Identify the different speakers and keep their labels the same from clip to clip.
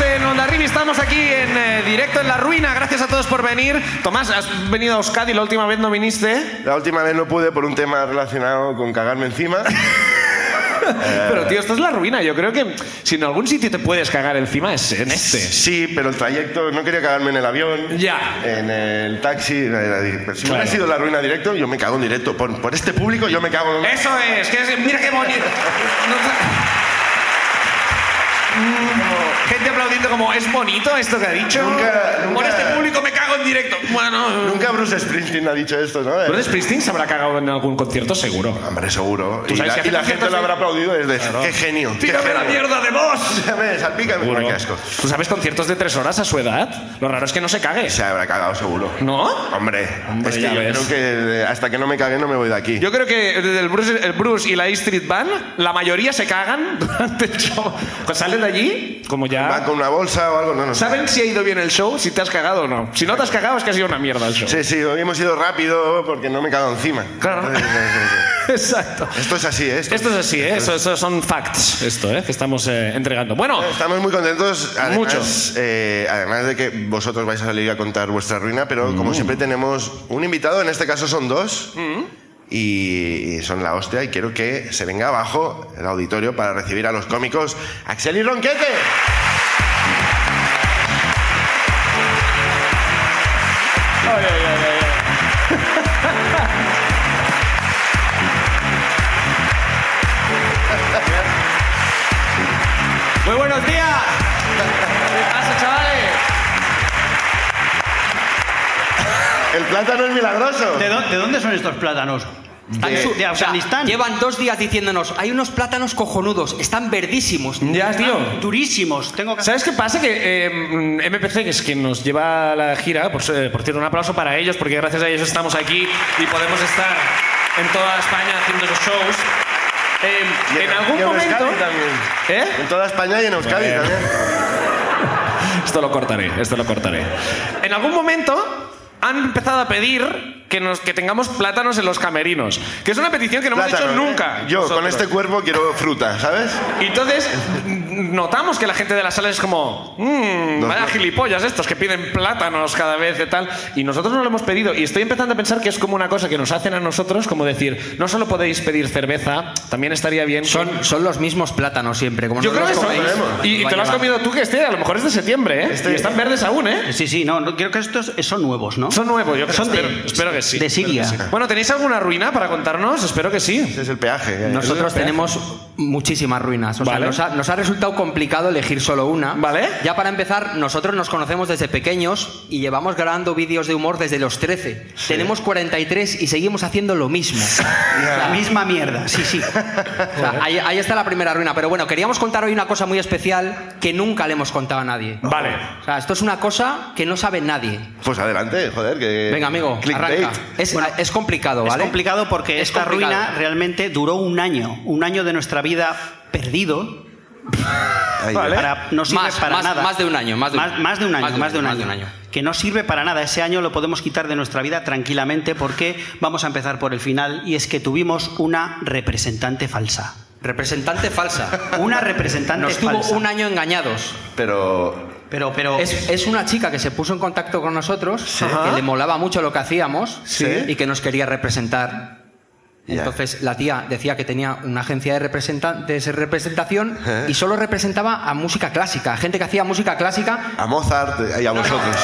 Speaker 1: Eh,
Speaker 2: estamos aquí en eh, directo en La Ruina. Gracias a todos por venir. Tomás, has venido a Euskadi, la última vez no viniste.
Speaker 3: La última vez no pude por un tema relacionado con cagarme encima.
Speaker 2: Pero tío, esto es La Ruina. Yo creo que si en algún sitio te puedes cagar encima es en este.
Speaker 3: Sí, pero el trayecto, no quería cagarme en el avión,
Speaker 2: Ya.
Speaker 3: en el taxi. era di- Pero si
Speaker 2: Claro.
Speaker 3: hubiera sido la ruina directo, yo me cago en directo. Por, por este público, yo me cago en.
Speaker 2: Eso es, que es- mira qué bonito. No sé. Mm, Gente aplaudiendo como, ¿es bonito esto que ha dicho?
Speaker 3: Nunca-
Speaker 2: Por
Speaker 3: nunca-
Speaker 2: este público me cago en directo. Bueno...
Speaker 3: Nunca Bruce Springsteen ha dicho esto, ¿no?
Speaker 2: Bruce Springsteen se habrá cagado en algún concierto seguro.
Speaker 3: Hombre, seguro. Y
Speaker 2: sabes
Speaker 3: la,
Speaker 2: que hace
Speaker 3: y la gente
Speaker 2: conciertos
Speaker 3: lo
Speaker 2: de-
Speaker 3: habrá aplaudido desde. ¡Qué genio! qué
Speaker 2: ¡Tírame la
Speaker 3: genio!
Speaker 2: mierda de vos!
Speaker 3: Dígame, salpícame. Ah, ¡Qué asco!
Speaker 2: ¿Tú sabes conciertos de tres horas a su edad? Lo raro es que no se cague.
Speaker 3: Se habrá cagado, seguro.
Speaker 2: ¿No?
Speaker 3: Hombre,
Speaker 2: Hombre,
Speaker 3: es que
Speaker 2: ya
Speaker 3: yo
Speaker 2: ves.
Speaker 3: creo que eh, hasta que no me cague no me voy de aquí.
Speaker 2: Yo creo que desde el Bruce, el Bruce y la E Street Band, la mayoría se cagan durante el show. Cuando salen de allí, como
Speaker 3: ¿Van
Speaker 2: ya...
Speaker 3: con una bolsa o algo? No, no. sé.
Speaker 2: Saben si ha ido bien el show, si te has cagado o no. Si no te has cagado es que ha sido una mierda el show.
Speaker 3: Sí, sí, hoy hemos ido rápido porque no me cago encima.
Speaker 2: Claro.
Speaker 3: Entonces, sí, sí, sí.
Speaker 2: Exacto.
Speaker 3: Esto es así, ¿eh? Esto-
Speaker 2: Esto es así, ¿eh? Eso, eso son facts, esto, ¿eh? Que estamos eh, entregando. Bueno,
Speaker 3: Estamos muy contentos, además,
Speaker 2: Mucho.
Speaker 3: eh, además de que vosotros vais a salir a contar vuestra ruina, pero
Speaker 2: Mm.
Speaker 3: como siempre tenemos un invitado, en este caso son dos, y, y son la hostia, y quiero que se venga abajo el auditorio para recibir a los cómicos Axel y Ronquete.
Speaker 2: muy buenos días. ¿Qué pasa, chavales?
Speaker 3: El plátano es milagroso.
Speaker 1: ¿De, dó- de dónde son estos plátanos? ¿Están
Speaker 3: De-
Speaker 1: su- de
Speaker 4: O sea,
Speaker 1: Afganistán?
Speaker 4: llevan dos días diciéndonos, hay unos plátanos cojonudos, están verdísimos.
Speaker 2: Ya, tío.
Speaker 1: Durísimos. Tengo que...
Speaker 2: ¿Sabes qué pasa? Que eh, mm, MPC, que es quien nos lleva a la gira, por, eh, por cierto, un aplauso para ellos, porque gracias a ellos estamos aquí y podemos estar en toda España haciendo los shows. Eh,
Speaker 3: Y
Speaker 2: en algún
Speaker 3: y
Speaker 2: momento.
Speaker 3: Euskadi también.
Speaker 2: ¿Eh?
Speaker 3: En toda España y en Euskadi
Speaker 2: Bueno.
Speaker 3: también.
Speaker 2: Esto lo cortaré, esto lo cortaré. En algún momento han empezado a pedir que, nos, que tengamos plátanos en los camerinos, que es una petición que no
Speaker 3: Plátano,
Speaker 2: hemos hecho
Speaker 3: ¿eh?
Speaker 2: nunca.
Speaker 3: Yo con
Speaker 2: nosotros.
Speaker 3: este cuerpo quiero fruta, ¿sabes?
Speaker 2: Y entonces notamos que la gente de la sala es como, mmm,
Speaker 3: Nos-
Speaker 2: vaya gilipollas estos que piden plátanos cada vez y tal. Y nosotros no lo hemos pedido. Y estoy empezando a pensar que es como una cosa que nos hacen a nosotros, como decir, no solo podéis pedir cerveza, también estaría bien. que-
Speaker 4: Son, son los mismos plátanos siempre. Como
Speaker 2: Yo
Speaker 4: no
Speaker 2: creo que
Speaker 4: los
Speaker 2: son.
Speaker 4: coméis,
Speaker 3: veremos.
Speaker 2: Y, y
Speaker 4: va
Speaker 2: te lo has
Speaker 4: llevar.
Speaker 2: comido tú que este, a lo mejor es de septiembre, ¿eh?
Speaker 3: Este-
Speaker 2: Y están verdes aún, ¿eh?
Speaker 1: Sí, sí, no, no, creo que estos son nuevos, ¿no?
Speaker 2: Son nuevos, yo creo.
Speaker 1: Son de-
Speaker 2: espero, espero que sí.
Speaker 1: de Siria.
Speaker 2: Espero que sí. Bueno, ¿tenéis alguna ruina para contarnos? Espero que sí.
Speaker 3: Ese es el peaje. eh.
Speaker 4: Nosotros tenemos muchísimas ruinas. O sea,
Speaker 2: Vale.
Speaker 4: nos ha, nos ha resultado complicado elegir solo una.
Speaker 2: Vale.
Speaker 4: Ya para empezar, nosotros nos conocemos desde pequeños y llevamos grabando vídeos de humor desde los 13. Tenemos 43 y seguimos haciendo lo mismo.
Speaker 1: La misma mierda, sí, sí.
Speaker 4: O sea, ahí, ahí está la primera ruina. Pero bueno, queríamos contar hoy una cosa muy especial que nunca le hemos contado a nadie.
Speaker 2: Vale.
Speaker 4: O sea, esto es una cosa que no sabe nadie.
Speaker 3: Pues adelante, joder, que...
Speaker 4: Venga, amigo,
Speaker 3: Eh, Clickbait.
Speaker 4: arranca. Es, es complicado, ¿vale?
Speaker 1: Es complicado porque
Speaker 4: Es
Speaker 1: esta
Speaker 4: complicado.
Speaker 1: ruina realmente duró un año. Un año de nuestra vida perdido.
Speaker 3: Ahí,
Speaker 2: Vale.
Speaker 1: Para, no sirve
Speaker 4: Más-
Speaker 1: para
Speaker 4: más-
Speaker 1: nada.
Speaker 4: más de un año, más de un-
Speaker 1: de un año.
Speaker 4: más de un
Speaker 1: más de un
Speaker 4: año,
Speaker 1: año.
Speaker 4: más de un año.
Speaker 1: Que no sirve para nada. Ese año lo podemos quitar de nuestra vida tranquilamente porque vamos a empezar por el final y es que tuvimos una representante falsa.
Speaker 4: Representante falsa.
Speaker 1: Una representante
Speaker 4: Nos tuvo
Speaker 1: falsa.
Speaker 4: un año engañados.
Speaker 3: Pero
Speaker 1: Pero, pero...
Speaker 4: Es, es una chica que se puso en contacto con nosotros, que
Speaker 2: Ajá.
Speaker 4: le molaba mucho lo que hacíamos
Speaker 3: Sí.
Speaker 4: y que nos quería representar.
Speaker 3: Ya.
Speaker 4: Entonces la tía decía que tenía una agencia de, representan- de representación y solo representaba a música clásica, a gente que hacía música clásica.
Speaker 3: a Mozart y a vosotros.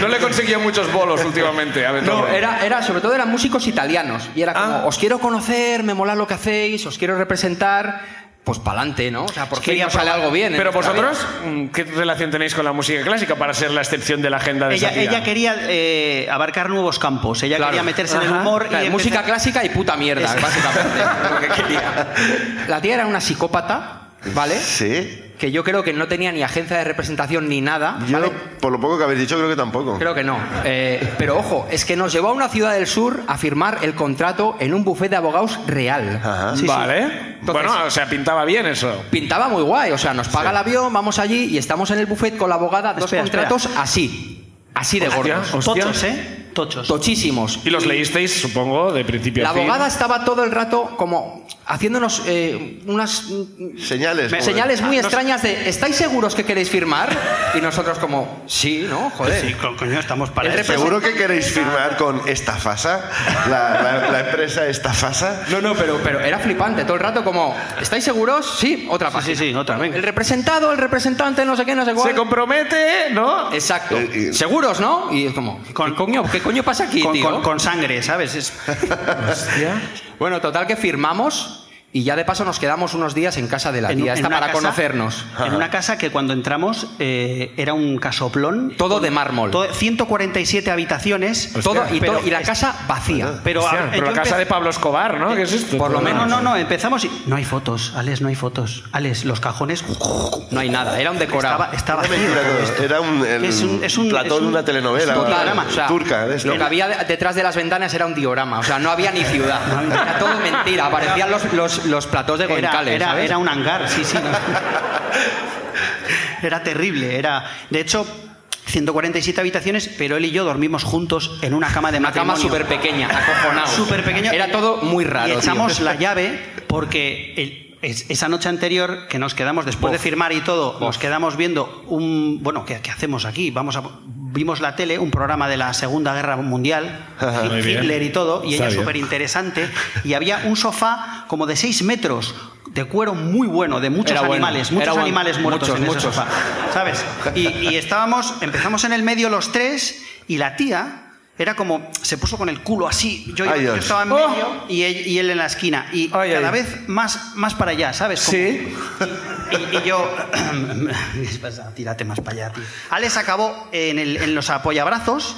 Speaker 2: No le conseguía muchos bolos últimamente, a
Speaker 4: No,
Speaker 2: Beethoven.
Speaker 4: era, era, sobre todo eran músicos italianos y era como,
Speaker 2: Ah.
Speaker 4: os quiero conocer, me mola lo que hacéis, os quiero representar, pues pa'lante, ¿no? O sea, por fin
Speaker 1: Quería
Speaker 4: nos sale algo bien. en
Speaker 2: Pero
Speaker 4: nuestra
Speaker 2: vosotros,
Speaker 4: vida.
Speaker 2: mm, ¿qué relación tenéis con la música clásica para ser la excepción de la agenda de
Speaker 1: ella,
Speaker 2: esa tía?
Speaker 1: ella quería eh, abarcar nuevos campos. Ella
Speaker 4: Claro.
Speaker 1: quería meterse en el
Speaker 4: Ajá.
Speaker 1: humor
Speaker 4: Claro,
Speaker 1: y
Speaker 4: música
Speaker 1: empezar-
Speaker 4: clásica y puta mierda,
Speaker 1: Eso.
Speaker 4: básicamente. es lo que quería. La tía era una psicópata, ¿vale?
Speaker 3: Sí.
Speaker 4: Que yo creo que no tenía ni agencia de representación ni nada,
Speaker 3: Yo,
Speaker 4: ¿vale?
Speaker 3: por lo poco que habéis dicho, creo que tampoco.
Speaker 4: Creo que no. Eh, pero ojo, es que nos llevó a una ciudad del sur a firmar el contrato en un bufete de abogados real.
Speaker 3: Ajá.
Speaker 2: vale.
Speaker 4: Entonces-
Speaker 2: bueno, o sea, pintaba bien eso.
Speaker 4: Pintaba muy guay, o sea, nos paga el avión, vamos allí y estamos en el buffet con la abogada, dos
Speaker 1: Espera, espera.
Speaker 4: contratos así, así de
Speaker 2: Hostia,
Speaker 4: gordos,
Speaker 2: hostia.
Speaker 1: Tochos, ¿eh? Tochos.
Speaker 4: tochísimos.
Speaker 2: Y los leísteis, supongo, de principio
Speaker 4: La
Speaker 2: a fin.
Speaker 4: abogada estaba todo el rato como, haciéndonos eh, unas
Speaker 3: Señales.
Speaker 4: me-
Speaker 3: como-
Speaker 4: señales muy
Speaker 1: Ah, no sé.
Speaker 4: extrañas de ¿estáis seguros que queréis firmar? Y nosotros como, sí, ¿no? Joder.
Speaker 1: Sí, co- coño, estamos para
Speaker 4: El
Speaker 1: eso.
Speaker 3: ¿Seguro que queréis firmar con esta fasa? La, la- la empresa esta fasa.
Speaker 4: No, no, pero, pero era flipante todo el rato como, ¿estáis seguros? Sí, otra
Speaker 1: Sí,
Speaker 4: página.
Speaker 1: sí, sí, otra, venga.
Speaker 4: El representado, el representante, no sé qué, no sé cuál.
Speaker 2: Se compromete, ¿no?
Speaker 4: Exacto.
Speaker 3: Eh, eh.
Speaker 4: Seguros, ¿no? Y es como,
Speaker 1: Con-
Speaker 4: ¿qué, coño, ¿qué coño pasa aquí,
Speaker 1: Con,
Speaker 4: tío?
Speaker 1: con- con sangre, ¿sabes? Es-
Speaker 4: Bueno, total que firmamos y ya de paso nos quedamos unos días en casa de la
Speaker 1: en-
Speaker 4: tía,
Speaker 1: en
Speaker 4: esta
Speaker 1: una
Speaker 4: para
Speaker 1: casa-
Speaker 4: conocernos.
Speaker 1: En una casa que cuando entramos eh, era un casoplón.
Speaker 4: Todo de mármol.
Speaker 1: Todo- 147 habitaciones.
Speaker 4: Todo, y,
Speaker 1: pero
Speaker 4: todo- y la
Speaker 1: es-
Speaker 4: casa vacía.
Speaker 1: Pero,
Speaker 2: Hostia,
Speaker 1: a-
Speaker 2: pero
Speaker 1: yo
Speaker 2: la casa
Speaker 1: empe-
Speaker 2: de Pablo Escobar, ¿no? ¿Qué es esto? Pues
Speaker 4: Por lo
Speaker 1: No,
Speaker 4: menos,
Speaker 1: no, no, no, empezamos y. No hay fotos, Alex, no hay fotos. Alex, los cajones.
Speaker 4: No hay nada, era un decorado.
Speaker 1: Estaba, estaba
Speaker 3: Era mentira
Speaker 1: vacío.
Speaker 3: todo. Era un, el
Speaker 1: Es un- es un-
Speaker 3: platón
Speaker 1: es un-
Speaker 3: de una telenovela
Speaker 1: es un
Speaker 4: Total, o sea,
Speaker 3: turca.
Speaker 1: este.
Speaker 3: de esto.
Speaker 4: lo que había de- detrás de las ventanas era un diorama, o sea, no había ni ciudad, era todo mentira, parecían los, los, los platós de
Speaker 1: Era,
Speaker 4: Goncales,
Speaker 1: era,
Speaker 4: ¿sabes?
Speaker 1: era un hangar, sí, sí. no. Era terrible, era. De hecho, 147 habitaciones, pero él y yo dormimos juntos en una cama de
Speaker 4: una cama
Speaker 1: matrimonio.
Speaker 4: súper pequeña, acojonado.
Speaker 1: Súper pequeño.
Speaker 4: Era todo muy raro.
Speaker 1: Y
Speaker 4: tío.
Speaker 1: echamos la llave porque el- es- esa noche anterior que nos quedamos después de firmar y todo, nos quedamos viendo un bueno ¿qué, qué hacemos aquí? Vamos a vimos la tele, un programa de la Segunda Guerra Mundial,
Speaker 2: Muy bien.
Speaker 1: Hitler y todo, y
Speaker 2: Está
Speaker 1: ella
Speaker 2: bien.
Speaker 1: súper interesante y había un sofá como de 6 metros de cuero muy bueno, de muchos
Speaker 4: Era bueno,
Speaker 1: animales,
Speaker 4: era
Speaker 1: muchos
Speaker 4: bueno,
Speaker 1: animales muertos
Speaker 4: muchos,
Speaker 1: en ese
Speaker 4: muchos.
Speaker 1: sofá. ¿Sabes? Y, y estábamos, empezamos en el medio los tres y la tía era como, se puso con el culo así. Yo, yo-
Speaker 3: Ay,
Speaker 1: yo
Speaker 3: Dios.
Speaker 1: estaba en
Speaker 2: Oh.
Speaker 1: medio y él, y él en la esquina. Y
Speaker 2: Ay,
Speaker 1: cada
Speaker 2: ay.
Speaker 1: vez más, más para allá, ¿sabes? Como-
Speaker 2: Sí.
Speaker 1: Y, y yo, ¿Qué pasa? tírate más para allá, tío. Alex acabó en, el- en los apoyabrazos.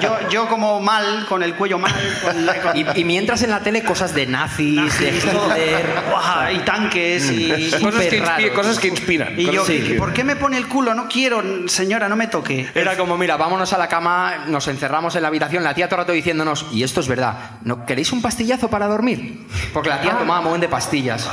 Speaker 1: Yo, yo como mal, con el cuello mal. Con la- con-
Speaker 4: Y, y mientras en la tele cosas de nazis,
Speaker 1: y
Speaker 4: de
Speaker 1: todo.
Speaker 4: Hitler,
Speaker 1: Guau, y tanques y...
Speaker 2: Cosas que,
Speaker 4: Súper
Speaker 2: inspi-
Speaker 4: raro.
Speaker 2: cosas que inspiran.
Speaker 1: Y
Speaker 2: cosas
Speaker 1: yo,
Speaker 2: que inspiran.
Speaker 1: ¿por qué me pone el culo? No quiero, señora, no me toque.
Speaker 4: Era como, mira, vámonos a la cama, nos encerramos en la habitación, la tía todo el rato diciéndonos, y esto es verdad, ¿no queréis un pastillazo para dormir? Porque la
Speaker 2: Ah.
Speaker 4: tía tomaba un buen de pastillas. Sí.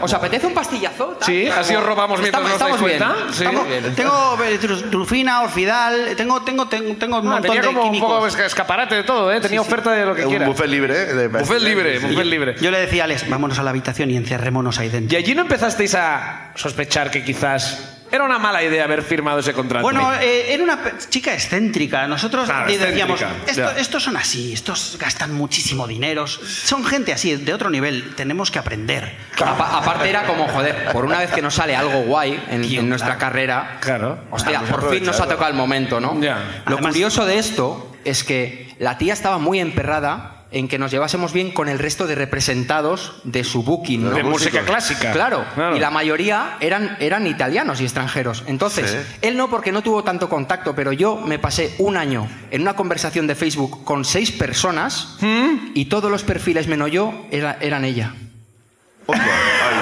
Speaker 4: ¿Os apetece un pastillazo? Tal,
Speaker 2: Sí,
Speaker 4: como-
Speaker 2: así os robamos mientras no os dais
Speaker 4: estamos bien.
Speaker 2: cuenta. Sí.
Speaker 4: Estamos-
Speaker 2: Bien.
Speaker 1: Tengo eh, tru- trufina, orfidal, tengo, tengo, tengo, tengo un
Speaker 2: Ah,
Speaker 1: montón
Speaker 2: tenía
Speaker 1: de
Speaker 2: como un
Speaker 1: químicos.
Speaker 2: poco esca- escaparate de todo, ¿eh? Tenía oferta de lo que
Speaker 3: un
Speaker 2: quiera.
Speaker 3: buffet libre. ¿eh? de
Speaker 2: Buffet
Speaker 3: pastillas.
Speaker 2: libre, buffet libre.
Speaker 1: Yo le decía a Alex, vámonos a la habitación y encerrémonos ahí
Speaker 2: ¿Y
Speaker 1: dentro.
Speaker 2: allí no empezasteis a sospechar que quizás era una mala idea haber firmado ese contrato?
Speaker 1: Bueno, eh, era una pe- chica excéntrica. Nosotros
Speaker 2: Claro,
Speaker 1: le decíamos,
Speaker 2: excéntrica,
Speaker 1: "Esto-
Speaker 2: ya.
Speaker 1: estos son así, estos gastan muchísimo dinero. Son gente así, de otro nivel. Tenemos que aprender.
Speaker 4: Apa- aparte era como, joder, por una vez que nos sale algo guay en,
Speaker 1: Tío,
Speaker 4: en nuestra
Speaker 1: claro.
Speaker 4: carrera,
Speaker 2: Claro.
Speaker 4: hostia, por fin nos ha tocado el momento, ¿no?
Speaker 2: Ya.
Speaker 4: Lo
Speaker 1: Además-
Speaker 4: curioso de esto es que la tía estaba muy emperrada en que nos llevásemos bien con el resto de representados de su booking, ¿no?
Speaker 2: de música
Speaker 3: músicos.
Speaker 2: clásica.
Speaker 4: Claro. y la mayoría eran, eran italianos y extranjeros. Entonces,
Speaker 3: Sí.
Speaker 4: él no porque no tuvo tanto contacto, pero yo me pasé un año en una conversación de Facebook con seis personas y todos los perfiles menos yo era- eran ella.
Speaker 3: Hostia, ay.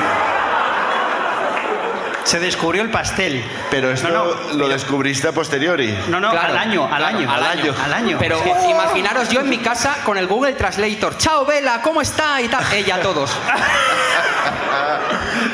Speaker 1: Se descubrió el pastel.
Speaker 3: Pero esto
Speaker 1: No, no,
Speaker 3: lo descubriste a posteriori.
Speaker 1: No, no,
Speaker 4: Claro,
Speaker 1: al año, al
Speaker 4: claro,
Speaker 1: año,
Speaker 4: al año.
Speaker 1: al año.
Speaker 4: Pero
Speaker 1: Es que-
Speaker 4: imaginaros yo en mi casa con el Google Translator. Chao, Vela, ¿cómo está? Y tal. Ella, todos.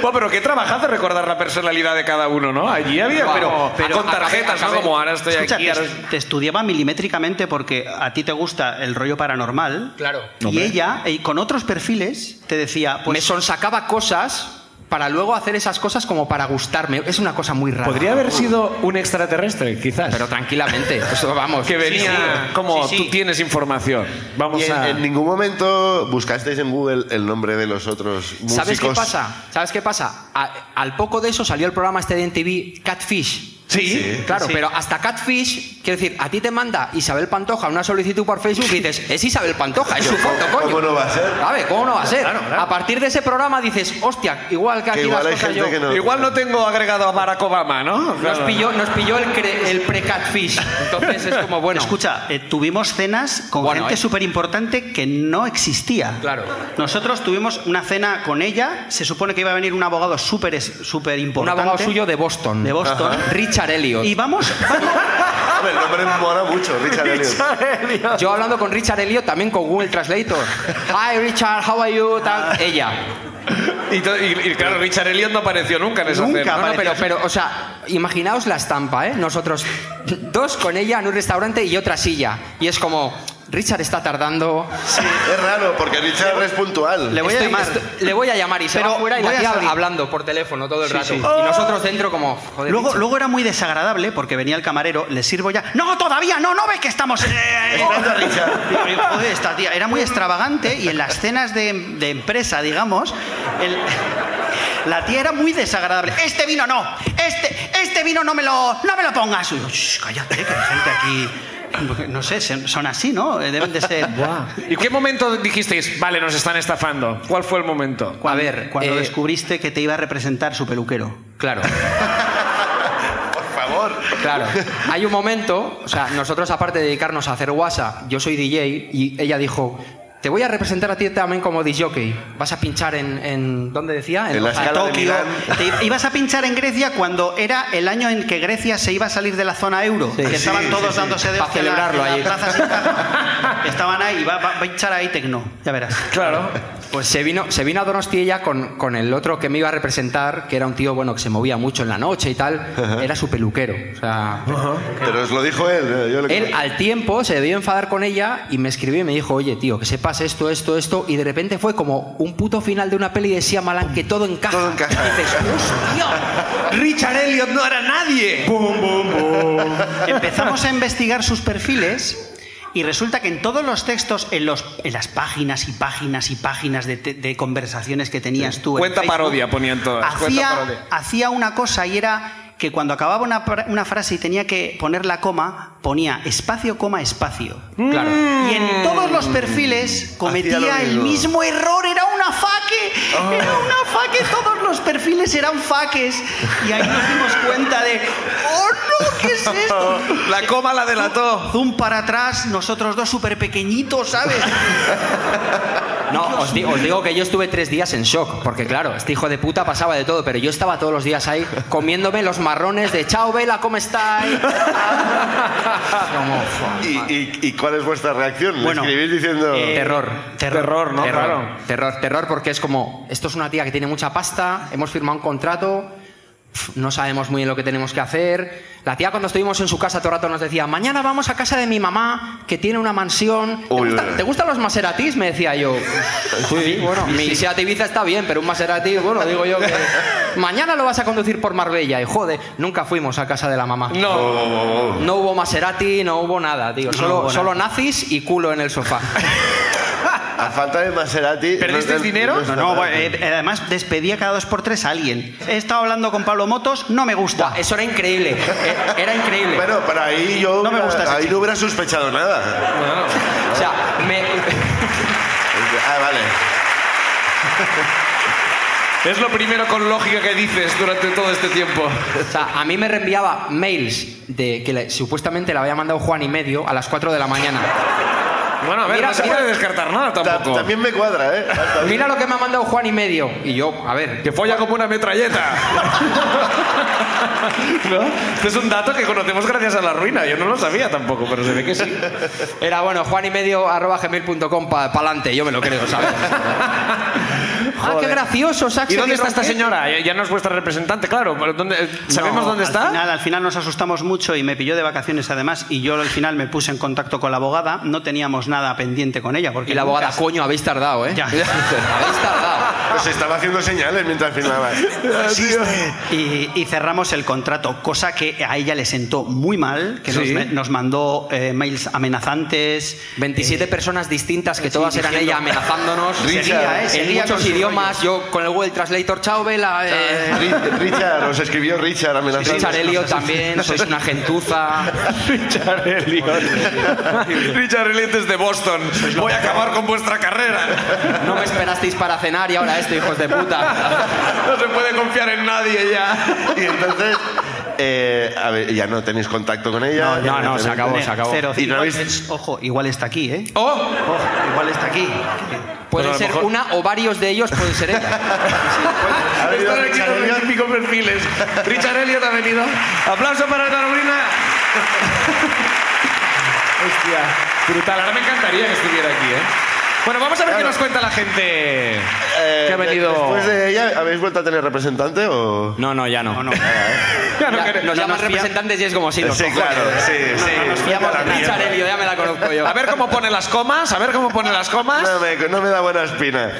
Speaker 2: Buah, pero qué trabajazo recordar la personalidad de cada uno, ¿no? Allí había,
Speaker 4: Guau,
Speaker 2: pero,
Speaker 4: pero
Speaker 2: con
Speaker 4: acabé-
Speaker 2: tarjetas,
Speaker 4: acabé-
Speaker 2: ¿no? Como ahora estoy
Speaker 1: Escucha,
Speaker 2: aquí.
Speaker 1: te,
Speaker 2: ahora-
Speaker 1: te estudiaba milimétricamente porque a ti te gusta el rollo paranormal.
Speaker 4: Claro.
Speaker 1: Y ella, eh, con otros perfiles, te decía,
Speaker 4: Me
Speaker 1: pues
Speaker 4: sonsacaba cosas para luego hacer esas cosas como para gustarme. Es una cosa muy rara.
Speaker 2: Podría haber sido un extraterrestre, quizás.
Speaker 4: Pero tranquilamente. Eso, vamos.
Speaker 2: que venía como
Speaker 1: Sí, sí.
Speaker 2: tú tienes información.
Speaker 3: Y
Speaker 2: Vamos
Speaker 3: en,
Speaker 2: a.
Speaker 3: en ningún momento buscasteis en Google el nombre de los otros músicos.
Speaker 4: ¿Sabes qué pasa? ¿Sabes qué pasa? A- al poco de eso salió el programa este de NTV Catfish.
Speaker 2: Sí.
Speaker 4: Claro,
Speaker 1: Sí.
Speaker 4: pero hasta Catfish, quiero decir, a ti te manda Isabel Pantoja una solicitud por Facebook y dices, es Isabel Pantoja, es su foto,
Speaker 3: ¿Cómo-
Speaker 4: coño.
Speaker 3: cómo no va a ser?
Speaker 4: ¿Sabes? ¿Cómo no va a ser? A partir de ese programa dices, hostia, igual que aquí
Speaker 3: igual hay
Speaker 4: las cosas
Speaker 3: gente
Speaker 4: yo...
Speaker 3: que no-
Speaker 2: Igual no tengo agregado a Barack Obama, ¿no?
Speaker 4: Nos
Speaker 2: Claro.
Speaker 4: pilló, nos pilló el, cre- el pre-catfish. Entonces es como, bueno...
Speaker 1: Escucha, eh, tuvimos cenas con
Speaker 4: Bueno,
Speaker 1: gente
Speaker 4: eh.
Speaker 1: súper importante que no existía.
Speaker 4: Claro.
Speaker 1: Nosotros tuvimos una cena con ella. Se supone que iba a venir un abogado súper es- súper
Speaker 4: Un
Speaker 1: importante.
Speaker 4: abogado suyo de Boston.
Speaker 1: De Boston.
Speaker 4: Richard Elliot.
Speaker 1: Y vamos,
Speaker 3: Hombre, el nombre me mola mucho, Richard Elliot.
Speaker 4: Yo hablando con Richard Elliot, también con Google Translator. Hi Richard, how are you?
Speaker 3: Ah.
Speaker 4: Tal. Ella.
Speaker 2: Y, to- y- y claro, Richard Elliot no apareció nunca en esa
Speaker 1: Nunca
Speaker 2: cena.
Speaker 4: No, no,
Speaker 1: apareció.
Speaker 4: pero, pero, o sea, imaginaos la estampa, ¿eh? Nosotros dos con ella en un restaurante y otra silla. Y es como, Richard está tardando.
Speaker 3: Es raro, porque Richard es puntual.
Speaker 1: Le voy a
Speaker 4: Estoy-
Speaker 1: llamar.
Speaker 4: esto- le voy a llamar y se
Speaker 1: Pero
Speaker 4: va fuera y la
Speaker 1: voy a
Speaker 4: tía
Speaker 1: salir.
Speaker 4: hablando por teléfono todo el
Speaker 1: Sí,
Speaker 4: rato.
Speaker 1: sí.
Speaker 4: Y nosotros dentro como... Joder,
Speaker 1: Luego,
Speaker 4: Richard.
Speaker 1: luego era muy desagradable porque venía el camarero, le sirvo ya. ¡No, todavía! ¡No, no ves que estamos! eh, eh,
Speaker 3: Esperando a Richard.
Speaker 1: Digo, yo, joder, esta tía era muy extravagante y en las cenas de, de empresa, digamos, el- la tía era muy desagradable. Este vino no, este, este vino no me lo, no me lo pongas. Y yo, "Shh, cállate, que hay gente aquí. No sé, son son así, ¿no? Eh, Deben de ser.
Speaker 2: ¿Y qué momento dijisteis, vale, nos están estafando? ¿Cuál fue el momento?
Speaker 4: a ver,
Speaker 1: Cuando
Speaker 4: eh,
Speaker 1: descubriste que te iba a representar su peluquero.
Speaker 4: Claro,
Speaker 3: Por favor.
Speaker 4: claro. Hay un momento, o sea, nosotros aparte de dedicarnos a hacer WhatsApp, yo soy DJ y ella dijo... Te voy a representar a ti también como disjockey. Vas a pinchar en... en ¿Dónde decía?
Speaker 3: En la
Speaker 4: Ojalá.
Speaker 3: escala de
Speaker 1: Tokio.
Speaker 3: Milán.
Speaker 1: Te ibas a pinchar en Grecia cuando era el año en que Grecia se iba a salir de la zona euro.
Speaker 4: Sí.
Speaker 1: que estaban
Speaker 3: Sí,
Speaker 1: todos
Speaker 3: sí, sí.
Speaker 1: dándose de
Speaker 4: Pa'
Speaker 1: hostia en la-
Speaker 4: celebrarlo
Speaker 1: en la
Speaker 4: allí.
Speaker 1: plaza sin caja. Estaban ahí, va, va- va a pinchar ahí tecno, ya verás.
Speaker 2: Claro.
Speaker 4: Pues se vino, se vino a Donosti ella con, con el otro que me iba a representar, que era un tío bueno que se movía mucho en la noche y tal. Era su peluquero. O sea,
Speaker 3: Pero os lo dijo él. eh, Yo le
Speaker 4: él al tiempo se debió enfadar con ella y me escribió y me dijo, oye tío, que sepas esto, esto, esto. Y de repente fue como un puto final de una peli de Shyamalan que todo encaja.
Speaker 3: Todo encaja.
Speaker 4: Y dices, "Hostia".
Speaker 2: Richard Elliot no era nadie.
Speaker 1: Empezamos a investigar sus perfiles y resulta que en todos los textos, en, los, en las páginas y páginas y páginas de, te- de conversaciones que tenías tú. en
Speaker 2: Cuenta
Speaker 1: Facebook,
Speaker 2: parodia ponían todas. cuenta
Speaker 1: hacía,
Speaker 2: parodia.
Speaker 1: hacía una cosa y era que cuando acababa una, pra- una frase y tenía que poner la coma, ponía espacio, coma, espacio.
Speaker 4: Claro.
Speaker 1: Y en todos los perfiles cometía
Speaker 3: Hacía lo
Speaker 1: el mismo
Speaker 3: mismo.
Speaker 1: Ah. error, era una faque, era una faque, todos los perfiles eran faques. Y ahí nos dimos cuenta de, oh no, ¿qué es esto?
Speaker 2: La coma la delató.
Speaker 1: Zoom para atrás, nosotros dos súper pequeñitos, ¿sabes?
Speaker 4: No, os, di- os digo que yo estuve tres días en shock, porque claro, este hijo de puta pasaba de todo, pero yo estaba todos los días ahí comiéndome los marrones de chao Vela, ¿cómo estáis? Como,
Speaker 3: digo.
Speaker 4: "Fua, madre".
Speaker 3: ¿Y, y, y cuál es vuestra reacción?
Speaker 1: Bueno,
Speaker 3: ¿Le escribís diciendo...
Speaker 1: eh,
Speaker 4: terror.
Speaker 1: terror.
Speaker 2: Terror, ¿no?
Speaker 4: terror,
Speaker 2: Claro.
Speaker 4: terror, terror, porque es como, esto es una tía que tiene mucha pasta, hemos firmado un contrato, pf, no sabemos muy bien lo que tenemos que hacer. La tía cuando estuvimos en su casa todo el rato nos decía, mañana vamos a casa de mi mamá, que tiene una mansión. ¿Te,
Speaker 3: Uy,
Speaker 4: gusta-
Speaker 3: uy, uy.
Speaker 4: te gustan los Maseratis? Me decía yo. Sí, bueno, mi Seat Ibiza está bien, pero un Maserati, bueno, digo yo que... Mañana lo vas a conducir por Marbella y joder, nunca fuimos a casa de la mamá.
Speaker 2: No.
Speaker 3: oh, oh, oh.
Speaker 4: No hubo Maserati, no hubo nada,
Speaker 1: No
Speaker 4: tío. Solo,
Speaker 1: hubo nada.
Speaker 4: solo nazis y culo en el sofá.
Speaker 3: A falta de Maserati...
Speaker 2: ¿Perdisteis
Speaker 3: no-
Speaker 2: dinero?
Speaker 3: está
Speaker 1: No, no,
Speaker 3: mal.
Speaker 1: bueno, eh, además despedía cada dos por tres a alguien. He estado hablando con Pablo Motos, no me
Speaker 2: Ah.
Speaker 1: gusta.
Speaker 4: Buah, eso era increíble. e- Era increíble.
Speaker 3: Bueno, pero ahí yo...
Speaker 1: No me gusta ese
Speaker 3: Ahí
Speaker 1: chico.
Speaker 3: no hubiera sospechado nada.
Speaker 4: O sea, me-
Speaker 3: Ah, vale.
Speaker 2: Es lo primero con lógica que dices durante todo este tiempo.
Speaker 4: o sea, a mí me reenviaba mails de que le- supuestamente la había mandado Juan y medio a las 4 de la mañana.
Speaker 2: Bueno, a ver,
Speaker 4: Mira,
Speaker 2: no se
Speaker 4: mira.
Speaker 2: puede descartar nada
Speaker 3: Ta-
Speaker 2: tampoco.
Speaker 3: también me cuadra, ¿eh?
Speaker 4: Mira lo que me ha mandado Juan y medio. Y yo, a ver.
Speaker 2: Que folla como una metralleta. ¿No? Este es un dato que conocemos gracias a la ruina. Yo no lo sabía tampoco, pero se ve que sí.
Speaker 4: Era bueno, Juan y medio arroba gmail.com para adelante. Yo me lo creo, ¿sabes? ah, qué gracioso, Saxon.
Speaker 2: ¿Y dónde está esta señora? Ya- Ya no es vuestra representante, claro. pero ¿dónde- eh, ¿Sabemos
Speaker 1: No,
Speaker 2: dónde
Speaker 1: al
Speaker 2: está?
Speaker 1: final- al final nos asustamos mucho y me pilló de vacaciones además y yo al final me puse en contacto con la abogada. No teníamos nada pendiente con ella porque
Speaker 4: Y la
Speaker 1: nunca-
Speaker 4: abogada, coño, habéis tardado, ¿eh?
Speaker 1: Ya.
Speaker 4: Habéis tardado.
Speaker 3: Pues estaba haciendo señales mientras filmaba.
Speaker 1: Y, y cerramos el contrato, cosa que a ella le sentó muy mal, que
Speaker 2: Sí.
Speaker 1: nos, nos mandó eh, mails amenazantes. eh,
Speaker 4: 27 personas distintas que
Speaker 1: sí,
Speaker 4: todas eran
Speaker 1: diciendo-
Speaker 4: ella amenazándonos.
Speaker 3: Richard,
Speaker 1: Seguía, ¿eh?
Speaker 4: en
Speaker 1: Seguía con
Speaker 4: muchos
Speaker 1: su
Speaker 4: idiomas, yo con el Google Translator, chao, vela. eh,
Speaker 3: Ri- Richard, os escribió Richard amenazando.
Speaker 4: Richard Elliot también, sois una gentuza.
Speaker 2: Richard Elliot. Richard Elliot es de Boston. Voy a acabar con vuestra carrera.
Speaker 4: No me esperasteis para cenar y ahora esto, hijos de puta.
Speaker 2: No se puede confiar en nadie ya.
Speaker 3: Y entonces, eh, a ver, ya no tenéis contacto con ella.
Speaker 4: No, no, se acabó,
Speaker 1: Cero,
Speaker 4: se acabó.
Speaker 1: cero.
Speaker 3: ¿Y no
Speaker 1: Igual-
Speaker 3: habéis-
Speaker 1: Ojo, igual está aquí, ¿eh?
Speaker 2: ¡Oh!
Speaker 1: Ojo, igual está aquí.
Speaker 4: Pueden
Speaker 2: Pero a lo
Speaker 4: ser
Speaker 2: mejor-
Speaker 4: una o varios de ellos, pueden ser ella.
Speaker 3: Ha venido
Speaker 2: Están aquí
Speaker 3: Richard
Speaker 2: los
Speaker 3: Elliot.
Speaker 2: veintipico perfiles. Richard Elliot ha venido. Aplauso para Carolina. Hostia, brutal. Ahora me encantaría que estuviera aquí, ¿eh? Bueno, vamos a ver qué
Speaker 3: Claro.
Speaker 2: nos cuenta la gente que ha
Speaker 3: Eh,
Speaker 2: venido.
Speaker 3: Después de ella, ¿habéis vuelto a tener representante o...?
Speaker 4: No, no, ya no.
Speaker 2: Ya no
Speaker 4: Ya,
Speaker 2: queremos-
Speaker 4: nos
Speaker 2: ya
Speaker 4: llaman
Speaker 2: nos fía-
Speaker 4: representantes y es como si los
Speaker 3: sí, claro, sí, sí.
Speaker 4: fiamos
Speaker 3: Vete a
Speaker 4: de
Speaker 3: la
Speaker 4: Nacho
Speaker 3: mierda.
Speaker 4: Aurelio, ya me la conozco yo.
Speaker 2: A ver cómo pone las comas, a ver cómo pone las comas.
Speaker 3: No me, no me da buena espina.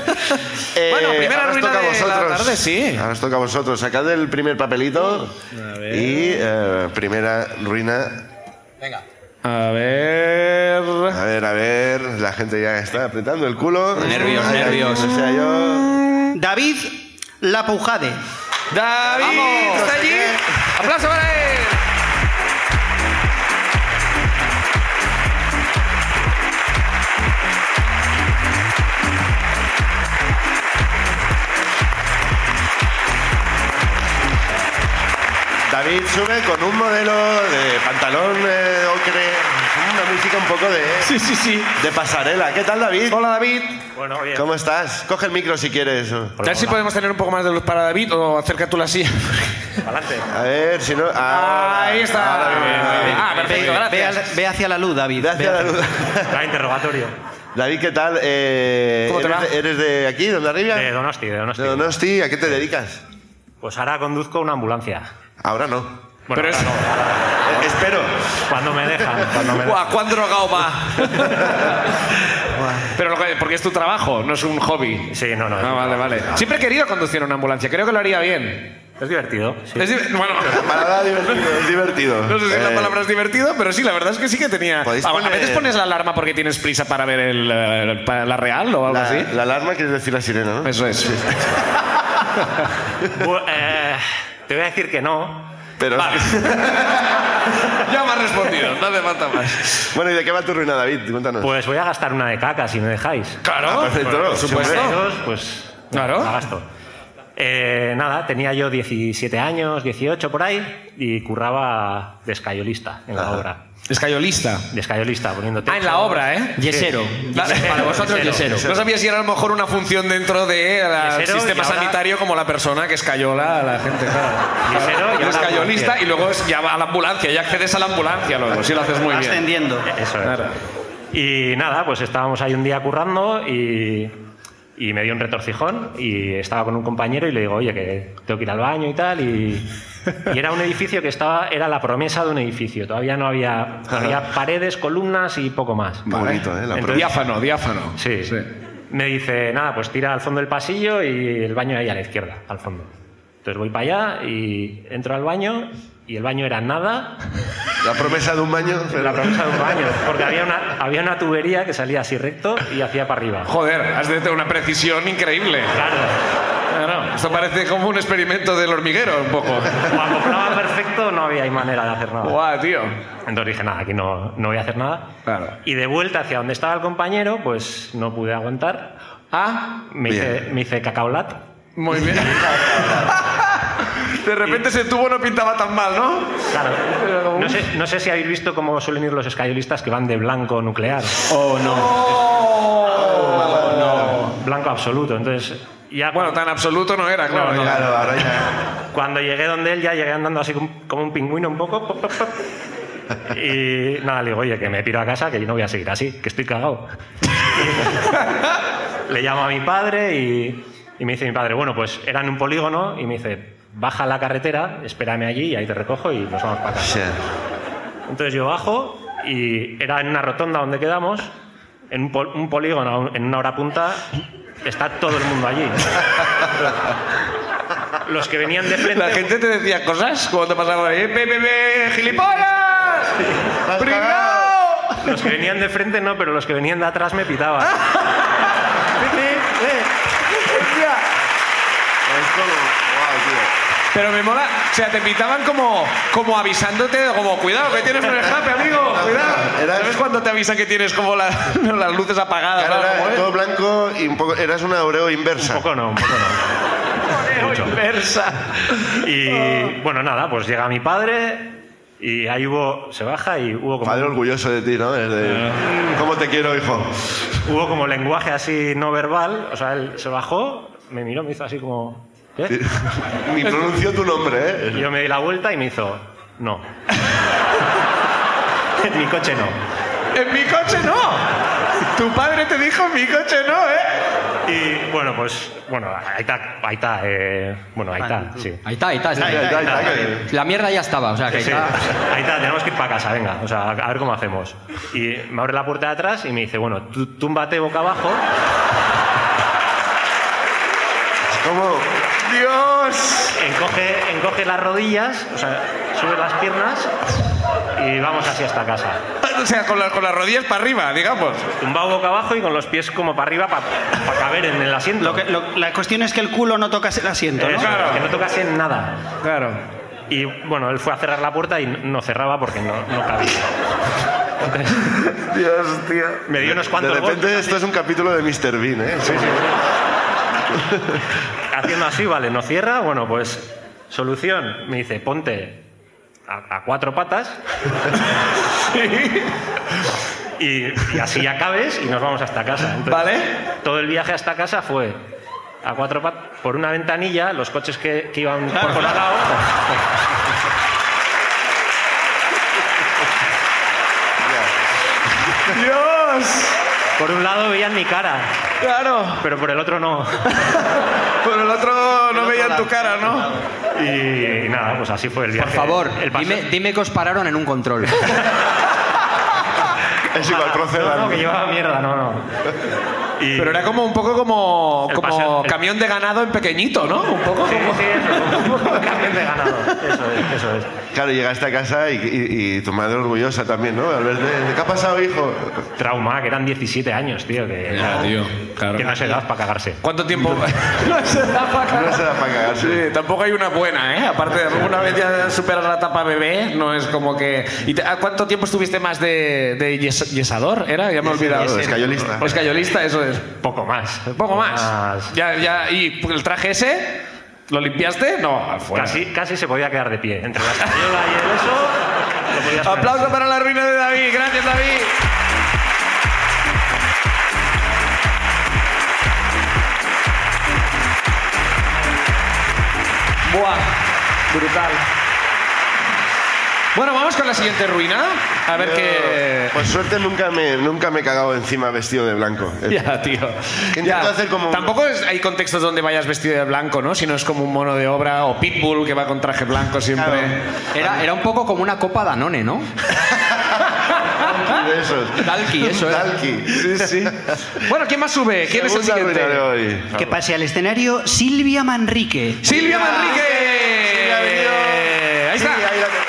Speaker 3: Eh,
Speaker 2: Bueno, primera
Speaker 3: ahora os
Speaker 2: ruina
Speaker 3: toca a
Speaker 2: de la
Speaker 3: vosotros.
Speaker 2: tarde, sí.
Speaker 3: Ahora os toca a vosotros. Sacad el primer papelito y eh, primera ruina.
Speaker 4: Venga.
Speaker 2: A ver.
Speaker 3: A ver, a ver, la gente ya está apretando el culo.
Speaker 4: Nervios, nervios.
Speaker 3: O sea, yo...
Speaker 1: David Lapujade.
Speaker 2: David
Speaker 3: Vamos,
Speaker 2: está
Speaker 3: no sé
Speaker 2: allí.
Speaker 3: qué.
Speaker 2: Aplauso para él.
Speaker 3: David sube con un modelo de pantalón eh, ocre, una música un poco de,
Speaker 2: Sí, sí, sí.
Speaker 3: de pasarela. ¿Qué tal, David?
Speaker 2: Hola, David.
Speaker 5: Bueno, bien.
Speaker 3: ¿Cómo estás? Coge el micro si quieres. o-
Speaker 2: A ver si podemos tener un poco más de luz para David o acerca tú la silla.
Speaker 5: Adelante.
Speaker 3: A ver, si no... ah, ahora-
Speaker 2: Ahí está.
Speaker 3: ahora bien, bien.
Speaker 2: Ah, perfecto,
Speaker 1: Ve- ve,
Speaker 2: gracias.
Speaker 1: al- ve hacia la luz, David.
Speaker 3: Gracias,
Speaker 1: Ve-
Speaker 3: David.
Speaker 5: La interrogatorio.
Speaker 3: David, ¿qué tal? Eh,
Speaker 2: ¿Cómo te
Speaker 3: eres,
Speaker 2: va?
Speaker 3: de, eres de aquí, donde arriba?
Speaker 5: De Donosti, de Donosti.
Speaker 3: De Donosti, ¿a qué te dedicas?
Speaker 5: Pues ahora conduzco una ambulancia.
Speaker 3: Ahora no.
Speaker 5: Bueno,
Speaker 2: Pero
Speaker 5: ahora
Speaker 2: es-
Speaker 5: no, ahora-
Speaker 3: Eh, espero.
Speaker 5: cuando me dejan, cuando me dejan.
Speaker 2: Guau, cuán drogado va. Pero lo que- porque es tu trabajo, no es un hobby.
Speaker 5: Sí, no, no.
Speaker 2: Ah, vale, vale. Siempre he querido conducir una ambulancia, creo que lo haría bien.
Speaker 5: Es divertido. sí.
Speaker 2: Es di- bueno,
Speaker 3: Para nada divertido, es divertido.
Speaker 2: no sé si la
Speaker 3: Eh,
Speaker 2: palabra es divertido, pero sí, la verdad es que sí que tenía.
Speaker 3: Podéis
Speaker 2: Ah, bueno, A
Speaker 3: poner-
Speaker 2: veces pones la alarma porque tienes prisa para ver el, eh, para la real o algo
Speaker 3: la,
Speaker 2: así.
Speaker 3: la alarma quiere decir la sirena, ¿no?
Speaker 2: Eso es.
Speaker 5: Bu- eh, te voy a decir que no.
Speaker 3: Pero,
Speaker 2: Ya me has respondido, no hace falta más.
Speaker 3: bueno, ¿y de qué va tu ruina, David? Cuéntanos.
Speaker 5: Pues voy a gastar una de caca si me dejáis.
Speaker 2: Claro,
Speaker 3: Ah, perfecto, no,
Speaker 2: por supuesto.
Speaker 3: siempre.
Speaker 5: Dos, pues.
Speaker 2: Claro.
Speaker 5: La gasto. Eh, nada, tenía yo 17 años, 18 por ahí, y curraba de escayolista en la
Speaker 3: Ajá.
Speaker 5: obra.
Speaker 2: Escayolista.
Speaker 5: De escayolista, poniendo
Speaker 2: Ah, en la
Speaker 5: techo.
Speaker 2: obra, ¿eh?
Speaker 4: Yesero.
Speaker 2: Vale.
Speaker 4: Para vosotros,
Speaker 5: Yesero.
Speaker 4: yesero.
Speaker 2: No sabía si era a lo mejor una función dentro del
Speaker 5: Mesero y
Speaker 2: sistema
Speaker 5: ahora-
Speaker 2: sanitario como la persona que escayola a la gente. Claro.
Speaker 5: Mesero y
Speaker 2: Claro,
Speaker 5: ahora
Speaker 2: eres cayolista
Speaker 5: ambulancia.
Speaker 2: y luego es ya va a la ambulancia, ya accedes a la ambulancia luego, si lo haces Pues muy bien.
Speaker 1: Ascendiendo.
Speaker 5: Eso es.
Speaker 2: Claro.
Speaker 5: Y nada, pues estábamos ahí un día currando y, y me dio un retorcijón y estaba con un compañero y le digo, oye, que tengo que ir al baño y tal. Y, y era un edificio que estaba, era la promesa de un edificio. Todavía no había, había paredes, columnas y poco más.
Speaker 3: Bonito, ¿eh? La
Speaker 5: Entonces-
Speaker 2: Diáfano, diáfano.
Speaker 5: Sí. Me dice, nada, pues tira al fondo del pasillo y el baño ahí a la izquierda, al fondo. Entonces voy para allá y entro al baño y el baño era nada,
Speaker 3: pro- la promesa de un baño. pero-
Speaker 5: la promesa de un baño, porque había una, había una tubería que salía así recto y hacía para arriba.
Speaker 2: Joder, has de tener una precisión increíble.
Speaker 5: Claro. Claro.
Speaker 2: Esto parece como un experimento del hormiguero, un poco.
Speaker 5: Como acoplaba perfecto, no había ahí manera de hacer nada.
Speaker 2: Guau, tío.
Speaker 5: Entonces dije, nada, aquí no, no voy a hacer nada.
Speaker 2: Claro.
Speaker 5: Y de vuelta hacia donde estaba el compañero, pues no pude aguantar.
Speaker 2: Ah,
Speaker 5: Me
Speaker 3: Bien.
Speaker 5: hice, me hice cacaolat.
Speaker 2: muy bien. De repente ese tubo no pintaba tan mal, ¿no?
Speaker 5: Claro. No sé, no sé si habéis visto cómo suelen ir los escayolistas que van de blanco nuclear.
Speaker 4: Oh, no.
Speaker 5: Blanco absoluto. Entonces, ya
Speaker 2: Bueno, tan absoluto no era, claro.
Speaker 5: No, no.
Speaker 2: ya.
Speaker 3: Claro, ahora ya.
Speaker 5: Cuando llegué donde él, ya llegué andando así como como un pingüino un poco. pop, pop, pop. Y nada, le digo, oye, que me piro a casa, que yo no voy a seguir así, que estoy cagado. le llamo a mi padre y, y me dice mi padre, bueno, pues era en un polígono y me dice, baja a la carretera, espérame allí y ahí te recojo y nos vamos para
Speaker 3: O
Speaker 5: casa.
Speaker 3: sea,
Speaker 5: Entonces yo bajo y era en una rotonda donde quedamos, en un, pol- un polígono, en una hora punta, está todo el mundo allí. Los que venían de frente...
Speaker 2: La gente te decía cosas cuando te pasaba "Eh, por ahí. ¡Ve, ve, ve, gilipollas!
Speaker 3: has
Speaker 2: ¡Pringao!
Speaker 5: Los que venían de frente no, pero los que venían de atrás me pitaban.
Speaker 3: es como- guau,
Speaker 5: Ah,
Speaker 3: tío.
Speaker 2: Pero me mola, o sea, te pitaban como, como avisándote, como cuidado que tienes un escape, amigo, cuidado.
Speaker 3: Era-
Speaker 2: ¿Sabes cuando te avisan que tienes como la- las luces apagadas?
Speaker 3: Claro,
Speaker 2: ¿sabes cómo
Speaker 3: era
Speaker 2: es?
Speaker 3: todo blanco y un poco. Eras una Oreo
Speaker 5: Un
Speaker 3: inversa.
Speaker 5: poco no, un poco no. Mucho.
Speaker 2: Inversa.
Speaker 5: Y bueno, nada, pues llega mi padre y ahí hubo, se baja y hubo como, Ah.
Speaker 3: Padre orgulloso de ti, ¿no? Es de, ¿Cómo te quiero, hijo?
Speaker 5: hubo como lenguaje así no verbal. O sea, él se bajó, me miró, me hizo así como... ¿Qué?
Speaker 3: Ni pronunció tu nombre, ¿eh?
Speaker 5: Y Yo me di la vuelta y me hizo, no. en mi coche no.
Speaker 2: En mi coche no. Tu padre te dijo mi coche no, ¿eh?
Speaker 5: Y bueno, pues, bueno, ahí está, ahí está, eh, bueno, ahí está, sí.
Speaker 4: Ahí está, ahí está. está.
Speaker 3: Ahí está, ahí está, que-
Speaker 4: La mierda ya estaba, o sea, que ahí
Speaker 5: Sí,
Speaker 4: está.
Speaker 5: ahí está, tenemos que ir para casa, venga, o sea, a ver cómo hacemos. Y me abre la puerta de atrás y me dice, bueno, tú túmbate boca abajo.
Speaker 3: Es como... ¡Dios!
Speaker 5: encoge, encoge las rodillas, o sea, sube las piernas y vamos así hasta casa.
Speaker 2: O sea, con, la- con las rodillas para arriba, digamos.
Speaker 5: Tumbado boca abajo y con los pies como para arriba para caber en el asiento.
Speaker 1: Lo que- lo- la cuestión es que el culo no tocas el asiento, ¿no?
Speaker 5: Eso,
Speaker 2: Claro.
Speaker 5: Que no tocase nada.
Speaker 2: Claro.
Speaker 5: Y bueno, él fue a cerrar la puerta y no cerraba porque no, no cabía.
Speaker 3: Dios, tío.
Speaker 5: Me dio unos cuantos
Speaker 3: De repente
Speaker 5: golpes,
Speaker 3: esto es un capítulo de Mr. Bean, ¿eh?
Speaker 5: Haciendo así, vale, no cierra, bueno, pues solución. Me dice, ponte a, a cuatro patas. Y, y así ya cabes y nos vamos hasta casa. Entonces,
Speaker 2: ¿Vale?
Speaker 5: Todo el viaje hasta casa fue a cuatro pat- por una ventanilla, los coches que, que iban por colado.
Speaker 2: ¡Dios!
Speaker 5: Por un lado veían mi cara,
Speaker 2: Claro.
Speaker 5: pero por el otro no.
Speaker 2: Por el otro no veían tu cara, ¿no?
Speaker 5: Y, nada, pues así fue el
Speaker 4: Por
Speaker 5: viaje.
Speaker 4: favor,
Speaker 5: El paseo-
Speaker 4: dime, dime que os pararon en un control.
Speaker 3: Es igual,
Speaker 5: Ah, No, no,
Speaker 3: procedan.
Speaker 5: que llevaba mierda, no, no. Y-
Speaker 2: Pero era como un poco como,
Speaker 5: El
Speaker 2: como
Speaker 5: paseo- el-
Speaker 2: camión de ganado en pequeñito, ¿no? Un poco
Speaker 5: Sí,
Speaker 2: como...
Speaker 5: sí, eso. un camión de ganado. Eso es, eso es.
Speaker 3: Claro, llegaste a casa y, y- y tu madre orgullosa también, ¿no? Al ver, de- ¿qué ha pasado, hijo?
Speaker 5: Trauma, que eran 17 años, tío. Que,
Speaker 2: claro.
Speaker 5: que no es edad para cagarse.
Speaker 2: ¿Cuánto tiempo? no se da para
Speaker 3: No se da para
Speaker 2: Sí,
Speaker 3: cagarse.
Speaker 2: tampoco hay una buena, ¿eh? Aparte, una vez ya superas la etapa bebé, no es como que... ¿Y te- ¿a ¿Cuánto tiempo estuviste más de, de yes- yesador? ¿Era? Ya me he olvidado.
Speaker 3: Yesador, escayolista.
Speaker 2: O escayolista, eso es.
Speaker 5: Poco más.
Speaker 2: Poco
Speaker 5: Ah,
Speaker 2: más. Ya, ya, ¿Y el traje ese? ¿Lo limpiaste? No, afuera.
Speaker 5: Casi, casi se podía quedar de pie. Entre la española y el eso, lo podías poner.
Speaker 2: Aplauso para la ruina de David. Gracias, David. Buah, brutal. Bueno, vamos con la siguiente ruina. A ver qué.
Speaker 3: Por suerte nunca me, nunca me he cagado encima vestido de blanco.
Speaker 2: Ya, tío.
Speaker 3: Que
Speaker 2: Ya.
Speaker 3: intento hacer como un-
Speaker 2: Tampoco es- hay contextos donde vayas vestido de blanco, ¿no? Si no es como un mono de obra o Pitbull que va con traje blanco siempre.
Speaker 4: Era, era un poco como una copa Danone, ¿no?
Speaker 3: De esos.
Speaker 4: Dalki, eso era.
Speaker 3: Dalki.
Speaker 2: Sí, sí. Bueno, ¿quién más sube? ¿Quién es el
Speaker 3: Segunda
Speaker 2: siguiente?
Speaker 3: ruina de hoy.
Speaker 1: Que pase al escenario Silvia Manrique.
Speaker 2: Silvia Manrique.
Speaker 6: Eh,
Speaker 3: Silvia ha venido.
Speaker 2: Ahí
Speaker 3: Sí,
Speaker 2: está.
Speaker 3: ahí la tenemos.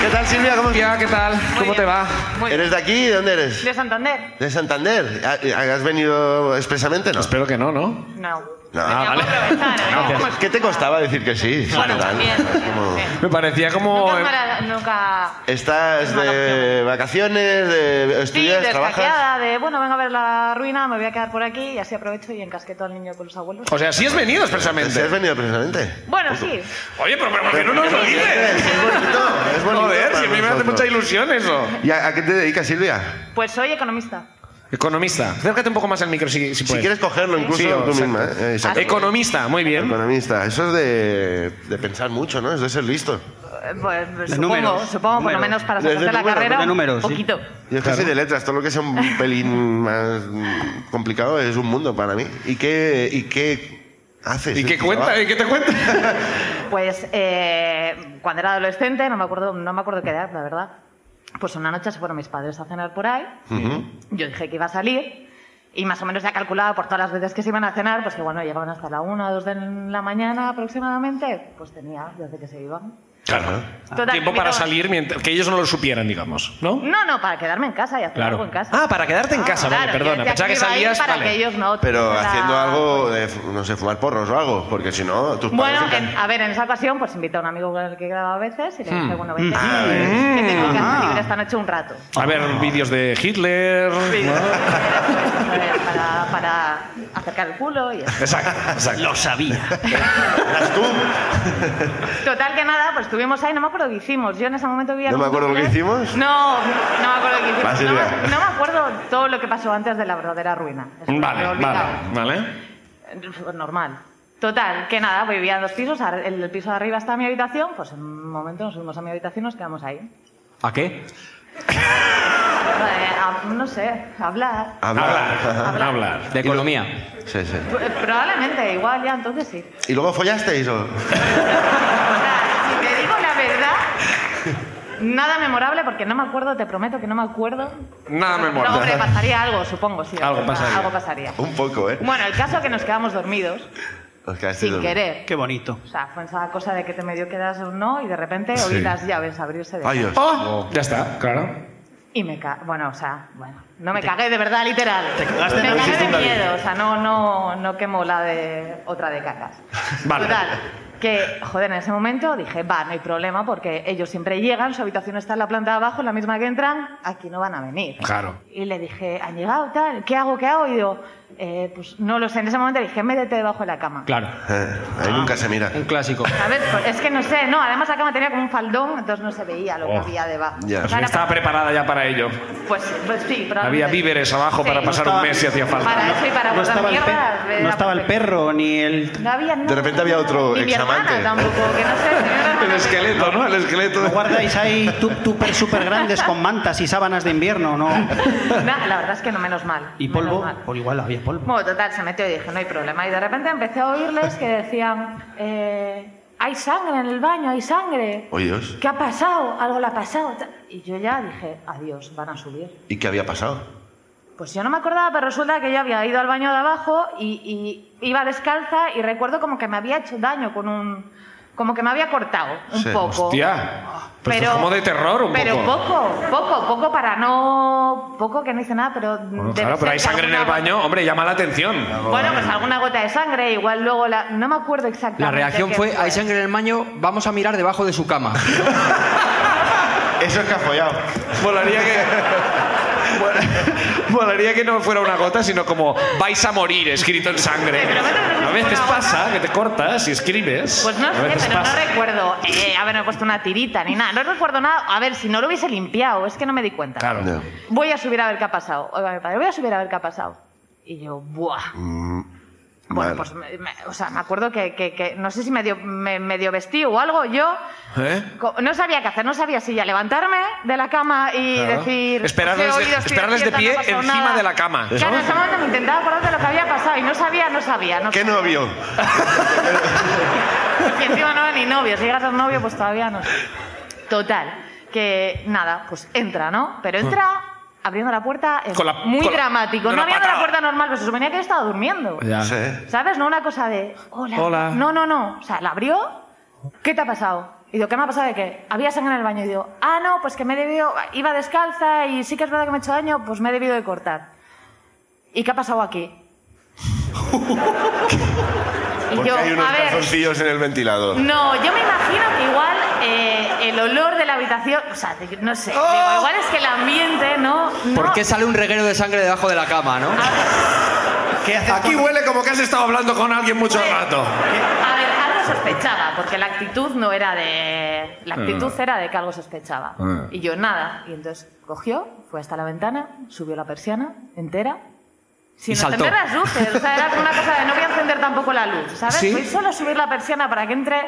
Speaker 3: ¿Qué tal, Silvia? ¿Cómo
Speaker 2: Silvia, ¿qué tal?
Speaker 6: Muy
Speaker 2: ¿Cómo
Speaker 6: bien,
Speaker 2: te va?
Speaker 6: muy bien.
Speaker 3: ¿Eres de aquí? ¿De dónde eres?
Speaker 6: ¿De Santander?
Speaker 3: De Santander. ¿Ha- ¿Has venido expresamente? No.
Speaker 2: Espero que no, ¿no?
Speaker 6: No.
Speaker 3: No.
Speaker 6: Teníamos
Speaker 2: vale.
Speaker 6: aprovechar, ¿eh?
Speaker 2: No.
Speaker 6: Como-
Speaker 3: ¿Qué te costaba decir que sí?
Speaker 6: Bueno,
Speaker 3: Claro.
Speaker 6: también.
Speaker 3: Es como-
Speaker 6: Sí.
Speaker 2: Me parecía como...
Speaker 6: Nunca, es mara- nunca...
Speaker 3: ¿Estás de vacaciones? De...
Speaker 6: Sí,
Speaker 3: ¿Estudias? ¿Trabajas?
Speaker 6: descaqueada, de bueno, vengo a ver la ruina, me voy a quedar por aquí y así aprovecho y encasqueto al niño con los abuelos.
Speaker 2: O sea, sí has venido
Speaker 3: ¿Sí has
Speaker 2: expresamente.
Speaker 3: venido expresamente?
Speaker 6: Bueno, sí.
Speaker 2: Oye, pero, pero ¿por qué no nos lo dices?
Speaker 3: Es bonito, es bonito.
Speaker 2: Joder,
Speaker 3: para
Speaker 2: si a mí me hace
Speaker 3: nosotros.
Speaker 2: mucha ilusión eso.
Speaker 3: ¿Y a, a qué te dedicas, Silvia?
Speaker 6: Pues soy economista.
Speaker 2: Economista. Acércate un poco más al micro si, si
Speaker 3: Si
Speaker 2: puedes.
Speaker 3: quieres cogerlo incluso
Speaker 2: Pues, Sí,
Speaker 3: tú
Speaker 2: exacto.
Speaker 3: misma. ¿eh? Eh, saca-
Speaker 2: Economista, muy bien.
Speaker 3: Economista. Eso es de, de pensar mucho, ¿no? Es de ser listo.
Speaker 6: Eh, Pues, pues,
Speaker 1: De
Speaker 6: supongo,
Speaker 1: números.
Speaker 6: supongo por lo
Speaker 1: Números.
Speaker 6: menos para
Speaker 3: Desde
Speaker 6: sacarte la
Speaker 3: números,
Speaker 6: carrera.
Speaker 1: de números,
Speaker 6: un
Speaker 1: sí.
Speaker 6: poquito.
Speaker 3: Yo es que soy de letras. Todo lo que sea un pelín más mm, complicado es un mundo para mí. ¿Y qué, y qué haces?
Speaker 2: ¿Y
Speaker 3: en
Speaker 2: qué
Speaker 3: tu
Speaker 2: cuenta?
Speaker 3: trabajo?
Speaker 2: ¿Y qué te cuenta?
Speaker 6: Pues eh, cuando era adolescente, no me acuerdo, no me acuerdo qué edad, la verdad. Pues una noche se fueron mis padres a cenar por ahí.
Speaker 3: Ujú.
Speaker 6: Yo dije que iba a salir y más o menos ya calculaba por todas las veces que se iban a cenar, pues que bueno, llegaban hasta la 1 o 2 de la mañana aproximadamente, pues tenía desde que se iban.
Speaker 2: Claro.
Speaker 6: Total,
Speaker 2: Tiempo
Speaker 6: que
Speaker 2: para
Speaker 6: mira-
Speaker 2: salir mientras... Que ellos no lo supieran, digamos, ¿no?
Speaker 6: No, no, para quedarme en casa y hacer algo en casa.
Speaker 2: Ah, para quedarte en
Speaker 6: Ah,
Speaker 2: casa, vale,
Speaker 6: claro, yo
Speaker 2: perdona.
Speaker 6: decía
Speaker 2: Pensaba que
Speaker 6: iba a ir
Speaker 2: salías...
Speaker 6: para
Speaker 2: vale.
Speaker 6: que ellos no
Speaker 3: Pero
Speaker 6: tuvieran-
Speaker 3: haciendo algo de, no sé, fumar porros o algo, porque si Pues no, tus
Speaker 6: Bueno,
Speaker 3: padres...
Speaker 6: en- a ver, en esa ocasión pues invité a un amigo con el que grababa a veces y le dije, bueno, vente,
Speaker 3: Ah, ¿ves?
Speaker 6: que tengo que estar libre esta noche un rato.
Speaker 2: A ver, vídeos de Hitler...
Speaker 6: A ver, para, para acercar el culo y eso.
Speaker 2: Exacto, exacto.
Speaker 1: Lo sabía.
Speaker 3: ¿Eras tú?
Speaker 6: Total que nada, pues estuvimos ahí, no me acuerdo qué hicimos. Yo en ese momento vivía.
Speaker 3: ¿No
Speaker 6: con
Speaker 3: me acuerdo
Speaker 6: Turner.
Speaker 3: qué hicimos?
Speaker 6: No, no me acuerdo qué
Speaker 3: Va,
Speaker 6: hicimos. No,
Speaker 3: Silvia.
Speaker 6: me- no me acuerdo todo lo que pasó antes de la verdadera ruina. Eso me
Speaker 2: Vale,
Speaker 6: lo he
Speaker 2: vale,
Speaker 6: olvidado.
Speaker 2: vale.
Speaker 6: Pues normal. Total, que nada, pues vivía en dos pisos, ar- el, el piso de arriba está mi habitación, pues en un momento nos subimos a mi habitación y nos quedamos ahí.
Speaker 4: ¿A qué?
Speaker 6: Eh, a- no sé, a hablar.
Speaker 3: Hablar.
Speaker 2: Hablar. Hablar.
Speaker 4: De economía.
Speaker 3: Sí, sí.
Speaker 6: P- Probablemente, igual ya, entonces sí.
Speaker 3: ¿Y luego follasteis o...?
Speaker 6: O sea, si te digo la verdad, nada memorable porque no me acuerdo, te prometo que no me acuerdo.
Speaker 2: Nada me
Speaker 6: No, hombre,
Speaker 2: importa.
Speaker 6: pasaría algo, supongo, sí.
Speaker 2: Algo pasaría.
Speaker 6: Algo pasaría.
Speaker 3: Un poco, ¿eh?
Speaker 6: Bueno, el caso que nos quedamos dormidos,
Speaker 3: Os quedasteis
Speaker 6: sin
Speaker 3: dormidos.
Speaker 6: querer.
Speaker 1: Qué bonito.
Speaker 6: O sea, fue esa cosa de que te medio quedas o no y de repente oí
Speaker 2: Sí.
Speaker 6: las llaves abrirse de
Speaker 3: Ay, Dios.
Speaker 2: Oh, ya está, claro.
Speaker 6: Y me ca bueno, o sea, bueno, no me cagué de verdad, literal.
Speaker 1: cagaste en
Speaker 6: me
Speaker 1: la
Speaker 6: cagué de
Speaker 1: existencia.
Speaker 6: miedo, o sea, no, no, no quemo la de otra de cacas.
Speaker 2: Vale.
Speaker 6: Total, que, joder, en ese momento dije, va, no hay problema, porque ellos siempre llegan, su habitación está en la planta de abajo, en la misma que entran, aquí no van a venir.
Speaker 2: Claro.
Speaker 6: Y le dije, han llegado tal, ¿qué hago, qué hago? Y digo, eh, pues no lo sé, en ese momento dije, métete debajo de la cama.
Speaker 4: Claro.
Speaker 3: Eh, ahí nunca se mira.
Speaker 4: Un clásico.
Speaker 6: ¿Sabes? Pues Es que no sé, no, además la cama tenía como un faldón, entonces no se veía lo que
Speaker 2: Oh.
Speaker 6: había debajo.
Speaker 3: Ya.
Speaker 6: O sea, era
Speaker 2: Estaba preparada ya para ello.
Speaker 6: Pues, pues sí, probablemente.
Speaker 2: Había víveres abajo
Speaker 6: Sí.
Speaker 2: para pasar
Speaker 1: No
Speaker 2: un
Speaker 1: estaba-
Speaker 2: mes si hacía
Speaker 6: Para
Speaker 2: falta.
Speaker 6: eso y para
Speaker 1: No
Speaker 6: guardar
Speaker 1: estaba, el,
Speaker 6: mierda,
Speaker 1: pe-
Speaker 6: era
Speaker 1: no estaba el
Speaker 6: perfecto.
Speaker 1: perro ni el.
Speaker 6: No había nada.
Speaker 3: De repente había otro
Speaker 6: Ni mi hermana
Speaker 3: examante.
Speaker 6: tampoco, que no sé. señora.
Speaker 2: El esqueleto, ¿no? El
Speaker 1: ¿No
Speaker 2: esqueleto.
Speaker 1: guardáis ahí tupper super grandes con mantas y sábanas de invierno, no?
Speaker 6: Na- la verdad es que no, menos mal.
Speaker 1: ¿Y
Speaker 6: menos
Speaker 1: polvo?
Speaker 6: mal.
Speaker 1: Por igual había polvo.
Speaker 6: Bueno, total, se metió y dije, no hay problema. Y de repente empecé a oírles que decían, eh, hay sangre en el baño, hay sangre.
Speaker 3: Oh, Dios.
Speaker 6: ¿Qué ha pasado? Algo le ha pasado. Y yo ya dije, adiós, van a subir.
Speaker 3: ¿Y qué había pasado?
Speaker 6: Pues yo no me acordaba, pero resulta que yo había ido al baño de abajo y, y iba descalza y recuerdo como que me había hecho daño con un... como que me había cortado un
Speaker 3: Sí.
Speaker 6: poco.
Speaker 2: Hostia. Pero, esto es como de terror un
Speaker 6: pero
Speaker 2: poco.
Speaker 6: poco, poco, poco para no... poco que no hice nada, pero...
Speaker 2: Bueno,
Speaker 6: debe
Speaker 2: claro,
Speaker 6: ser
Speaker 2: pero hay
Speaker 6: que
Speaker 2: sangre en el
Speaker 6: alguna-
Speaker 2: baño. Hombre, llama la atención.
Speaker 6: Bueno, pues alguna gota de sangre, igual luego la... no me acuerdo exactamente.
Speaker 4: La reacción
Speaker 6: qué
Speaker 4: fue, hay sangre en el baño, vamos a mirar debajo de su cama.
Speaker 3: Eso es que ha follado.
Speaker 2: Molaría que. Molaría que no fuera una gota, sino como vais a morir escrito en sangre.
Speaker 6: Sí, pero bueno, no es
Speaker 2: A veces
Speaker 6: una gota.
Speaker 2: pasa que te cortas y escribes.
Speaker 6: Pues no
Speaker 2: A
Speaker 6: sé,
Speaker 2: veces
Speaker 6: pero
Speaker 2: pasa.
Speaker 6: no recuerdo eh, haberme puesto una tirita ni nada. No recuerdo nada. A ver, si no lo hubiese limpiado, es que no me di cuenta.
Speaker 2: Claro.
Speaker 3: No.
Speaker 6: Voy a subir a ver qué ha pasado. Oiga, mi padre, voy a subir a ver qué ha pasado. Y yo, buah.
Speaker 3: Mm, vale.
Speaker 6: Bueno, pues, me- me- o sea, me acuerdo que, que- que no sé si medio, me, medio vestí o algo. Yo
Speaker 2: ¿Eh?
Speaker 6: co- no sabía qué hacer, no sabía si ya levantarme de la cama y
Speaker 2: Claro.
Speaker 6: decir.
Speaker 2: Esperarles
Speaker 6: "Os he
Speaker 2: de-
Speaker 6: oído, estoy
Speaker 2: esperarles de
Speaker 6: despierta,
Speaker 2: pie
Speaker 6: no ha pasado
Speaker 2: encima
Speaker 6: nada".
Speaker 2: de la cama.
Speaker 6: Claro, en ese momento me intentaba acordar de lo que había pasado y no sabía, no sabía. No
Speaker 3: ¿Qué
Speaker 6: sabía.
Speaker 3: novio?
Speaker 6: Y encima no era ni novio. Si llegas a ser novio, pues todavía no. Total, que nada, pues entra, ¿no? Pero entra abriendo la puerta eh,
Speaker 2: Hmm. Con la-
Speaker 6: muy
Speaker 2: con la-
Speaker 6: dramático.
Speaker 2: con
Speaker 6: No
Speaker 2: la
Speaker 6: abriendo la
Speaker 2: patada.
Speaker 6: puerta normal, pero se suponía que yo estaba durmiendo.
Speaker 3: Sí.
Speaker 6: ¿Sabes? No una cosa de... Hola.
Speaker 2: Hola.
Speaker 6: No, no, no. O sea, la abrió. ¿Qué te ha pasado? Y digo, ¿qué me ha pasado de qué? Había sangre en el baño. Y digo, ah, no, pues que me he debido... Iba descalza y sí que es verdad que me he hecho daño, pues me he debido de cortar. ¿Y qué ha pasado aquí? Y
Speaker 3: Porque
Speaker 6: yo,
Speaker 3: hay unos
Speaker 6: a ver, Mm.
Speaker 3: calzoncillos en el ventilador.
Speaker 6: no, yo me imagino que igual eh, el olor de la habitación, o sea, de- no sé, digo, igual es que el ambiente, ¿no? no
Speaker 4: ¿Por qué sale un reguero de sangre debajo de la cama, no?
Speaker 6: Ah,
Speaker 1: ¿Qué haces
Speaker 2: Aquí
Speaker 1: con-
Speaker 2: huele como que has estado hablando con alguien mucho
Speaker 6: Pues
Speaker 2: rato.
Speaker 6: A ver, algo sospechaba, porque la actitud no era de... La actitud era de que algo sospechaba. Y yo nada. Y entonces cogió, fue hasta la ventana, subió la persiana entera. Sin
Speaker 4: Y saltó.
Speaker 6: encender las luces. O sea, era como una cosa de no voy a encender tampoco la luz, ¿sabes?
Speaker 2: Sí.
Speaker 6: Voy solo a subir la persiana para que entre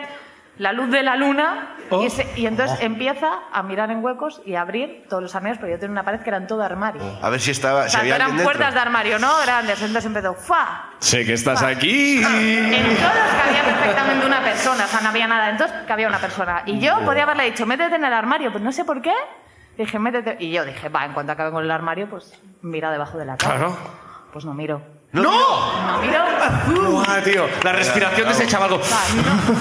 Speaker 6: la luz de la luna.
Speaker 2: Oh.
Speaker 6: Y, se- y entonces empieza a mirar en huecos y a abrir todos los armarios, porque yo tenía una pared que eran todo armario.
Speaker 3: A ver si estaba.
Speaker 6: O
Speaker 3: Si
Speaker 6: sea,
Speaker 3: había
Speaker 6: eran
Speaker 3: alguien dentro.
Speaker 6: puertas de armario, ¿no? Grandes. Entonces empezó, ¡fa!
Speaker 2: Sé que estás aquí.
Speaker 6: En todos cabía perfectamente una persona, o sea, no había nada, en todos cabía una persona. Y yo podía haberle dicho, métete en el armario, pues no sé por qué. Dije, métete. Y yo dije, va, en cuanto acabe con el armario, pues mira debajo de la cama.
Speaker 2: Claro.
Speaker 6: Pues no miro.
Speaker 2: ¡No!
Speaker 6: No miro. Uh.
Speaker 2: Buah, tío, la respiración de ese chaval.
Speaker 6: O sea,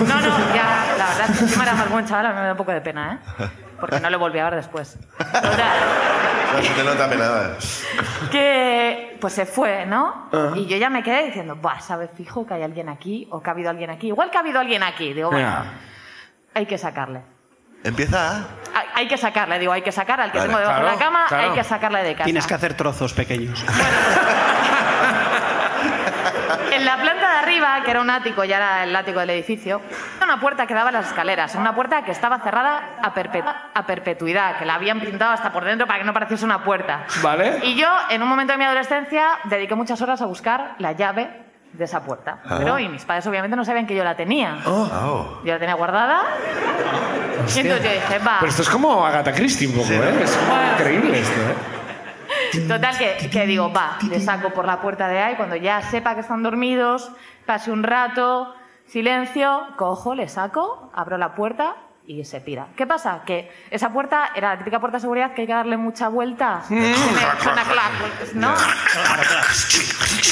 Speaker 6: No, no, no, ya, la verdad, si encima era más buen chaval, a mí me da un poco de pena, ¿eh? Porque no le volví a ver después. Total,
Speaker 3: No se te nota nada.
Speaker 6: que pues se fue, ¿no? Y yo ya me quedé diciendo, va, ¿sabes fijo que hay alguien aquí o que ha habido alguien aquí? Igual que ha habido alguien aquí. Digo, bueno, hay que sacarle.
Speaker 3: Empieza a.
Speaker 6: Hay, hay que sacarle, digo, hay que sacar al que
Speaker 3: Vale,
Speaker 6: tengo debajo de la
Speaker 2: claro,
Speaker 6: cama,
Speaker 2: claro.
Speaker 6: hay que sacarle de casa.
Speaker 1: Tienes que hacer trozos pequeños.
Speaker 6: En la planta de arriba, que era un ático, ya era el ático del edificio, una puerta que daba a las escaleras, una puerta que estaba cerrada a, perpetu- a perpetuidad, que la habían pintado hasta por dentro para que no pareciese una puerta.
Speaker 2: Vale.
Speaker 6: Y yo, en un momento de mi adolescencia, dediqué muchas horas a buscar la llave de esa puerta. Pero, y mis padres obviamente no sabían que yo la tenía.
Speaker 3: Oh.
Speaker 6: Yo la tenía guardada. Y entonces yo dije, va.
Speaker 2: Pero esto es como Agatha Christie un poco, ¿eh? Es como increíble esto, ¿eh?
Speaker 6: Total, que, que digo, va, le saco por la puerta de ahí, cuando ya sepa que están dormidos, pase un rato, silencio, cojo, le saco, abro la puerta y se pira. ¿Qué pasa? Que esa puerta era la típica puerta de seguridad que hay que darle mucha vuelta.
Speaker 2: Mm.
Speaker 6: Suena- suena clac, ¿no?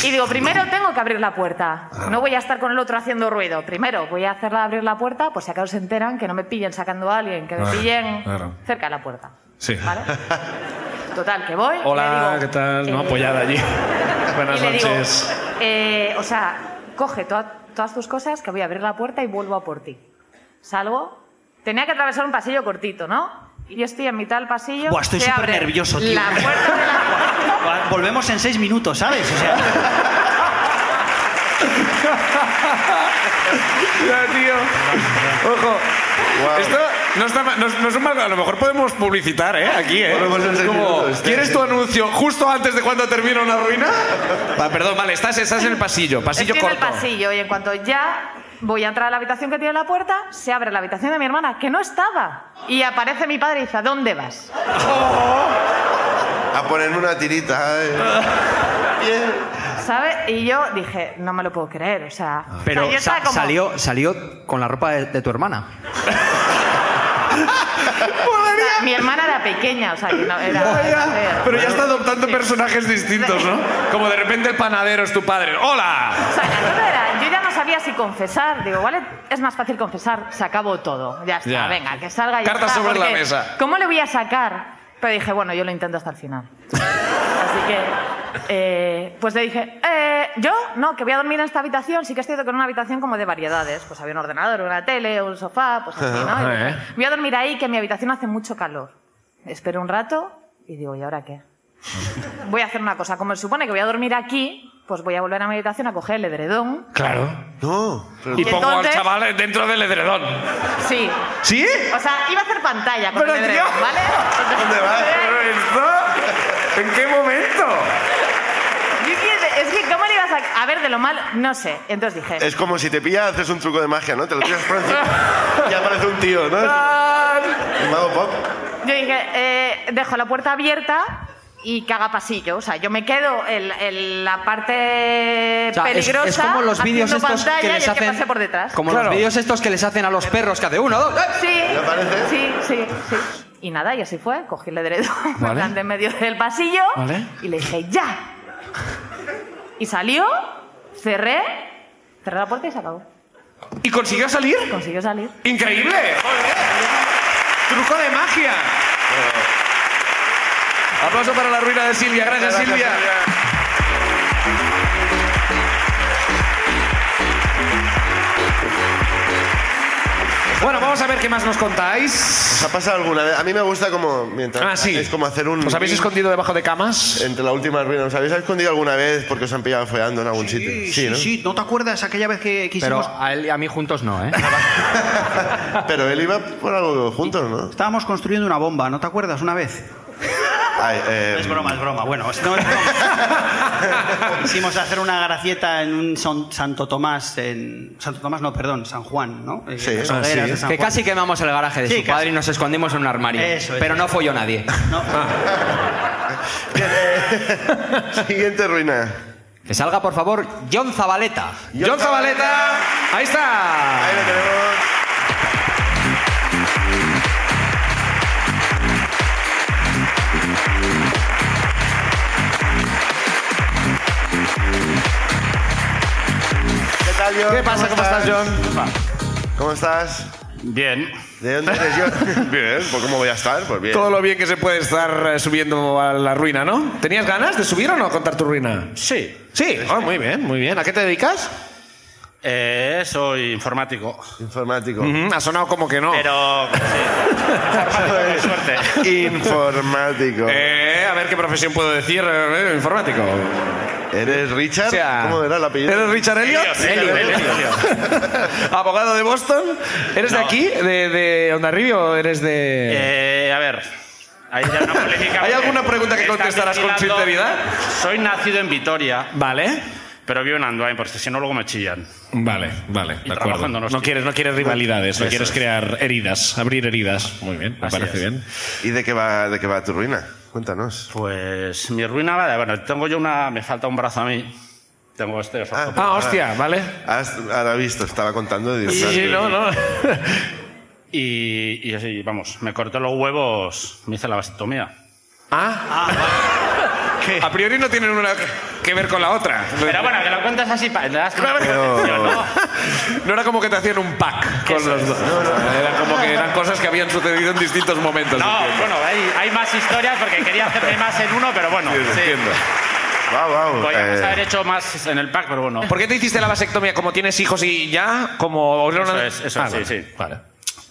Speaker 6: Y digo, primero tengo que abrir la puerta.
Speaker 2: Ah.
Speaker 6: No voy a estar con el otro haciendo ruido. Primero voy a hacerla abrir la puerta, por si acaso se enteran, que no me pillen sacando a alguien, que me
Speaker 2: Claro,
Speaker 6: pillen
Speaker 2: claro.
Speaker 6: cerca de la puerta.
Speaker 2: Sí.
Speaker 6: ¿Vale? Total, que voy.
Speaker 2: Hola,
Speaker 6: le digo,
Speaker 2: ¿qué tal? No,
Speaker 6: eh,
Speaker 2: apoyada allí. Buenas
Speaker 6: y le digo,
Speaker 2: noches.
Speaker 6: eh, o sea, coge toda- todas tus cosas que voy a abrir la puerta y vuelvo a por ti. Salgo. Tenía que atravesar un pasillo cortito, ¿no? Y yo estoy en mitad del pasillo.
Speaker 1: Buah, estoy
Speaker 6: se
Speaker 1: súper
Speaker 6: abre
Speaker 1: nervioso, tío.
Speaker 6: La puerta de la-
Speaker 1: Volvemos en seis minutos, ¿sabes? O sea,
Speaker 2: Ya, tío. Ojo.
Speaker 3: Guau.
Speaker 2: Esto no, está ma- no es- no es un mal- A lo mejor podemos publicitar, ¿eh? Aquí, ¿eh?
Speaker 3: Volvemos en
Speaker 2: Es
Speaker 3: seis minutos, sí,
Speaker 2: ¿Quieres
Speaker 3: sí.
Speaker 2: tu anuncio justo antes de cuando termina una ruina? Va, perdón, vale, estás, estás en el pasillo, pasillo
Speaker 6: estoy
Speaker 2: corto.
Speaker 6: en el pasillo y en cuanto ya voy a entrar a la habitación que tiene la puerta, se abre la habitación de mi hermana, que no estaba. Y aparece mi padre y dice, ¿a dónde vas?
Speaker 3: A ponerme una tirita. eh.
Speaker 2: Ah.
Speaker 6: ¿Sabes? Y yo dije, no me lo puedo creer, o sea... o sea,
Speaker 4: Pero
Speaker 6: yo estaba
Speaker 4: sa-
Speaker 6: como-
Speaker 4: salió, salió con la ropa de, de tu hermana.
Speaker 6: o sea, mi hermana era pequeña, o sea, que no era...
Speaker 2: Pero ya está adoptando
Speaker 6: Sí.
Speaker 2: personajes distintos, ¿no? Como de repente el panadero es tu padre. ¡Hola!
Speaker 6: O sea, la cosa era, yo ya no sabía si confesar. Digo, vale, es más fácil confesar, se acabó todo. Ya está,
Speaker 2: Ya.
Speaker 6: venga, que salga y ya
Speaker 2: Cartas
Speaker 6: está,
Speaker 2: sobre la
Speaker 6: porque
Speaker 2: mesa.
Speaker 6: ¿Cómo le voy a sacar? Pero dije, bueno, yo lo intento hasta el final. Así que, eh, pues le dije, eh, yo no, que voy a dormir en esta habitación. Sí que estoy con una habitación como de variedades. Pues había un ordenador, una tele, un sofá, pues así, ¿no? Y dije, voy a dormir ahí, que mi habitación hace mucho calor. Espero un rato y digo, ¿y ahora qué? Voy a hacer una cosa. Como se supone que voy a dormir aquí, pues voy a volver a mi habitación a coger el edredón.
Speaker 2: Claro.
Speaker 3: No. pero-
Speaker 2: Y
Speaker 6: Y
Speaker 2: pongo al
Speaker 6: entonces-
Speaker 2: chaval dentro del edredón.
Speaker 6: Sí.
Speaker 2: ¿Sí?
Speaker 6: O sea, iba a hacer pantalla con
Speaker 2: Pero,
Speaker 6: el edredón,
Speaker 2: tío.
Speaker 6: ¿vale?
Speaker 3: ¿Dónde vas?
Speaker 2: ¿Pero esto? ¿En qué momento?
Speaker 6: Yo es que- es que, ¿cómo le ibas a...? A ver, de lo mal, no sé. Entonces dije...
Speaker 3: Es como si te pilla, haces un truco de magia, ¿no? Te lo tiras por encima. Ya aparece un tío, ¿no? El
Speaker 6: "Ah,
Speaker 3: mago pop.
Speaker 6: Yo dije, eh, dejo la puerta abierta y que haga pasillo. O sea, yo me quedo en, en la parte
Speaker 4: O sea, es-
Speaker 6: peligrosa.
Speaker 4: es, como los vídeos
Speaker 6: haciendo
Speaker 4: estos
Speaker 6: pantalla
Speaker 4: que les
Speaker 6: y el
Speaker 4: hacen.
Speaker 6: pase por detrás.
Speaker 4: Como
Speaker 2: Claro.
Speaker 4: los vídeos estos que les hacen a los perros que hace uno, dos. ¡eh!
Speaker 6: Sí.
Speaker 3: ¿Te parece?
Speaker 6: Sí, sí, sí. Y nada, y así fue. Cogí el edredón en
Speaker 2: Vale.
Speaker 6: plan de en medio del pasillo
Speaker 2: Vale.
Speaker 6: y le dije, ¡ya! Y salió, cerré, cerré la puerta y se acabó.
Speaker 2: ¿Y consiguió salir?
Speaker 6: Consiguió salir.
Speaker 2: ¡Increíble! ¡Truco de magia! Aplauso para la ruina de Silvia. Gracias, Silvia. Bueno, vamos a ver qué más nos contáis.
Speaker 3: ¿Os ha pasado alguna vez? A mí me gusta como... Mientras,
Speaker 2: Ah, sí.
Speaker 3: Es como hacer un...
Speaker 2: ¿Os habéis escondido debajo de camas?
Speaker 3: Entre la última ruina. ¿Os habéis escondido alguna vez porque os han pillado follando en algún sitio?
Speaker 1: sí, sí,
Speaker 3: ¿no?
Speaker 1: ¿no te acuerdas aquella vez que
Speaker 4: Pero
Speaker 1: quisimos...
Speaker 4: a él y a mí juntos no, ¿eh?
Speaker 3: Pero él iba por algo juntos, ¿no?
Speaker 1: Estábamos construyendo una bomba, ¿no te acuerdas una vez?
Speaker 3: Ay, eh,
Speaker 1: Es broma, es broma. Bueno, es- no es broma. Quisimos hacer una gracieta en un son- Santo Tomás, en... Santo Tomás no, perdón, San Juan, ¿no? Eh,
Speaker 3: Sí,
Speaker 1: las
Speaker 3: ah,
Speaker 1: hogueras
Speaker 3: sí.
Speaker 1: de San
Speaker 4: Que
Speaker 1: Juan.
Speaker 4: casi quemamos el garaje de
Speaker 1: Sí,
Speaker 4: su
Speaker 1: casi.
Speaker 4: padre y nos escondimos en un armario.
Speaker 1: Eso es.
Speaker 4: Pero no folló nadie.
Speaker 1: No,
Speaker 3: Siguiente ruina.
Speaker 4: Que salga, por favor, John Zabaleta.
Speaker 2: John Zabaleta. Ahí
Speaker 3: Ahí
Speaker 2: está.
Speaker 3: lo tenemos. ¿Qué tal, John?
Speaker 2: ¿Qué pasa? ¿Cómo estás, John?
Speaker 3: ¿Cómo estás?
Speaker 7: Bien.
Speaker 3: ¿De dónde eres, John? bien, pues ¿cómo voy a estar? Pues bien.
Speaker 2: Todo lo bien que se puede estar eh, subiendo a la ruina, ¿no? ¿Tenías ganas de subir o no contar tu ruina?
Speaker 7: Sí.
Speaker 2: Sí. Ah, muy bien, muy bien. ¿A qué te dedicas?
Speaker 7: Eh, soy informático.
Speaker 3: Informático.
Speaker 2: Ujú, Ha sonado como que no.
Speaker 7: Pero. Sí. informático, con suerte.
Speaker 3: Informático.
Speaker 2: Eh, a ver qué profesión puedo decir, eh, informático.
Speaker 3: ¿Eres Richard?
Speaker 2: O sea,
Speaker 3: ¿Cómo era el apellido?
Speaker 2: ah. ¿Eres Richard Elliot?
Speaker 7: Elliot, Elliot,
Speaker 2: ¿Abogado de Boston? ¿Eres de
Speaker 7: No.
Speaker 2: aquí, de, de Ondarribia o eres de...?
Speaker 7: Eh, a ver, hay ya una polémica.
Speaker 2: ¿Hay
Speaker 7: porque
Speaker 2: alguna pregunta que
Speaker 7: me están
Speaker 2: contestarás con
Speaker 7: vigilando.
Speaker 2: sinceridad?
Speaker 7: Soy nacido en Vitoria,
Speaker 2: Vale.
Speaker 7: pero vivo en Andoain, porque si no luego me chillan.
Speaker 5: Vale, vale, de acuerdo.
Speaker 7: trabajando en
Speaker 5: No
Speaker 7: Hostia.
Speaker 5: quieres, no quieres rivalidades, no
Speaker 7: Eso
Speaker 5: quieres
Speaker 7: es.
Speaker 5: crear heridas, abrir heridas. Muy bien, me
Speaker 7: Así
Speaker 5: parece
Speaker 7: es.
Speaker 5: bien.
Speaker 3: ¿Y de qué, va, de qué va tu ruina? Cuéntanos.
Speaker 7: Pues mi ruina va de, bueno, tengo yo una, me falta un brazo a mí. Tengo este ojo.
Speaker 3: Ah,
Speaker 2: Ah, hostia, vale.
Speaker 3: Has, ahora visto, estaba contando. de
Speaker 2: Sí, sí, no, no.
Speaker 7: Y, y así, vamos, me corté los huevos, me hice la vasectomía.
Speaker 2: Ah. A priori no tienen una que ver con la otra.
Speaker 7: Pero bueno, que lo cuentas así para...
Speaker 3: Pero-
Speaker 2: No era como que te hacían un pack con los dos. Era como que eran cosas que habían sucedido en distintos momentos.
Speaker 7: No,
Speaker 2: entiendo.
Speaker 7: bueno, hay, hay más historias porque quería hacerme más en uno, pero bueno. Sí,
Speaker 3: Guau, guau,
Speaker 7: Podríamos
Speaker 3: eh,
Speaker 7: haber hecho más en el pack, pero bueno.
Speaker 2: ¿Por qué te hiciste la vasectomía? ¿Como tienes hijos y ya? ¿Como era
Speaker 7: Eso es, eso es, sí,
Speaker 2: vale.
Speaker 7: sí.
Speaker 2: Vale.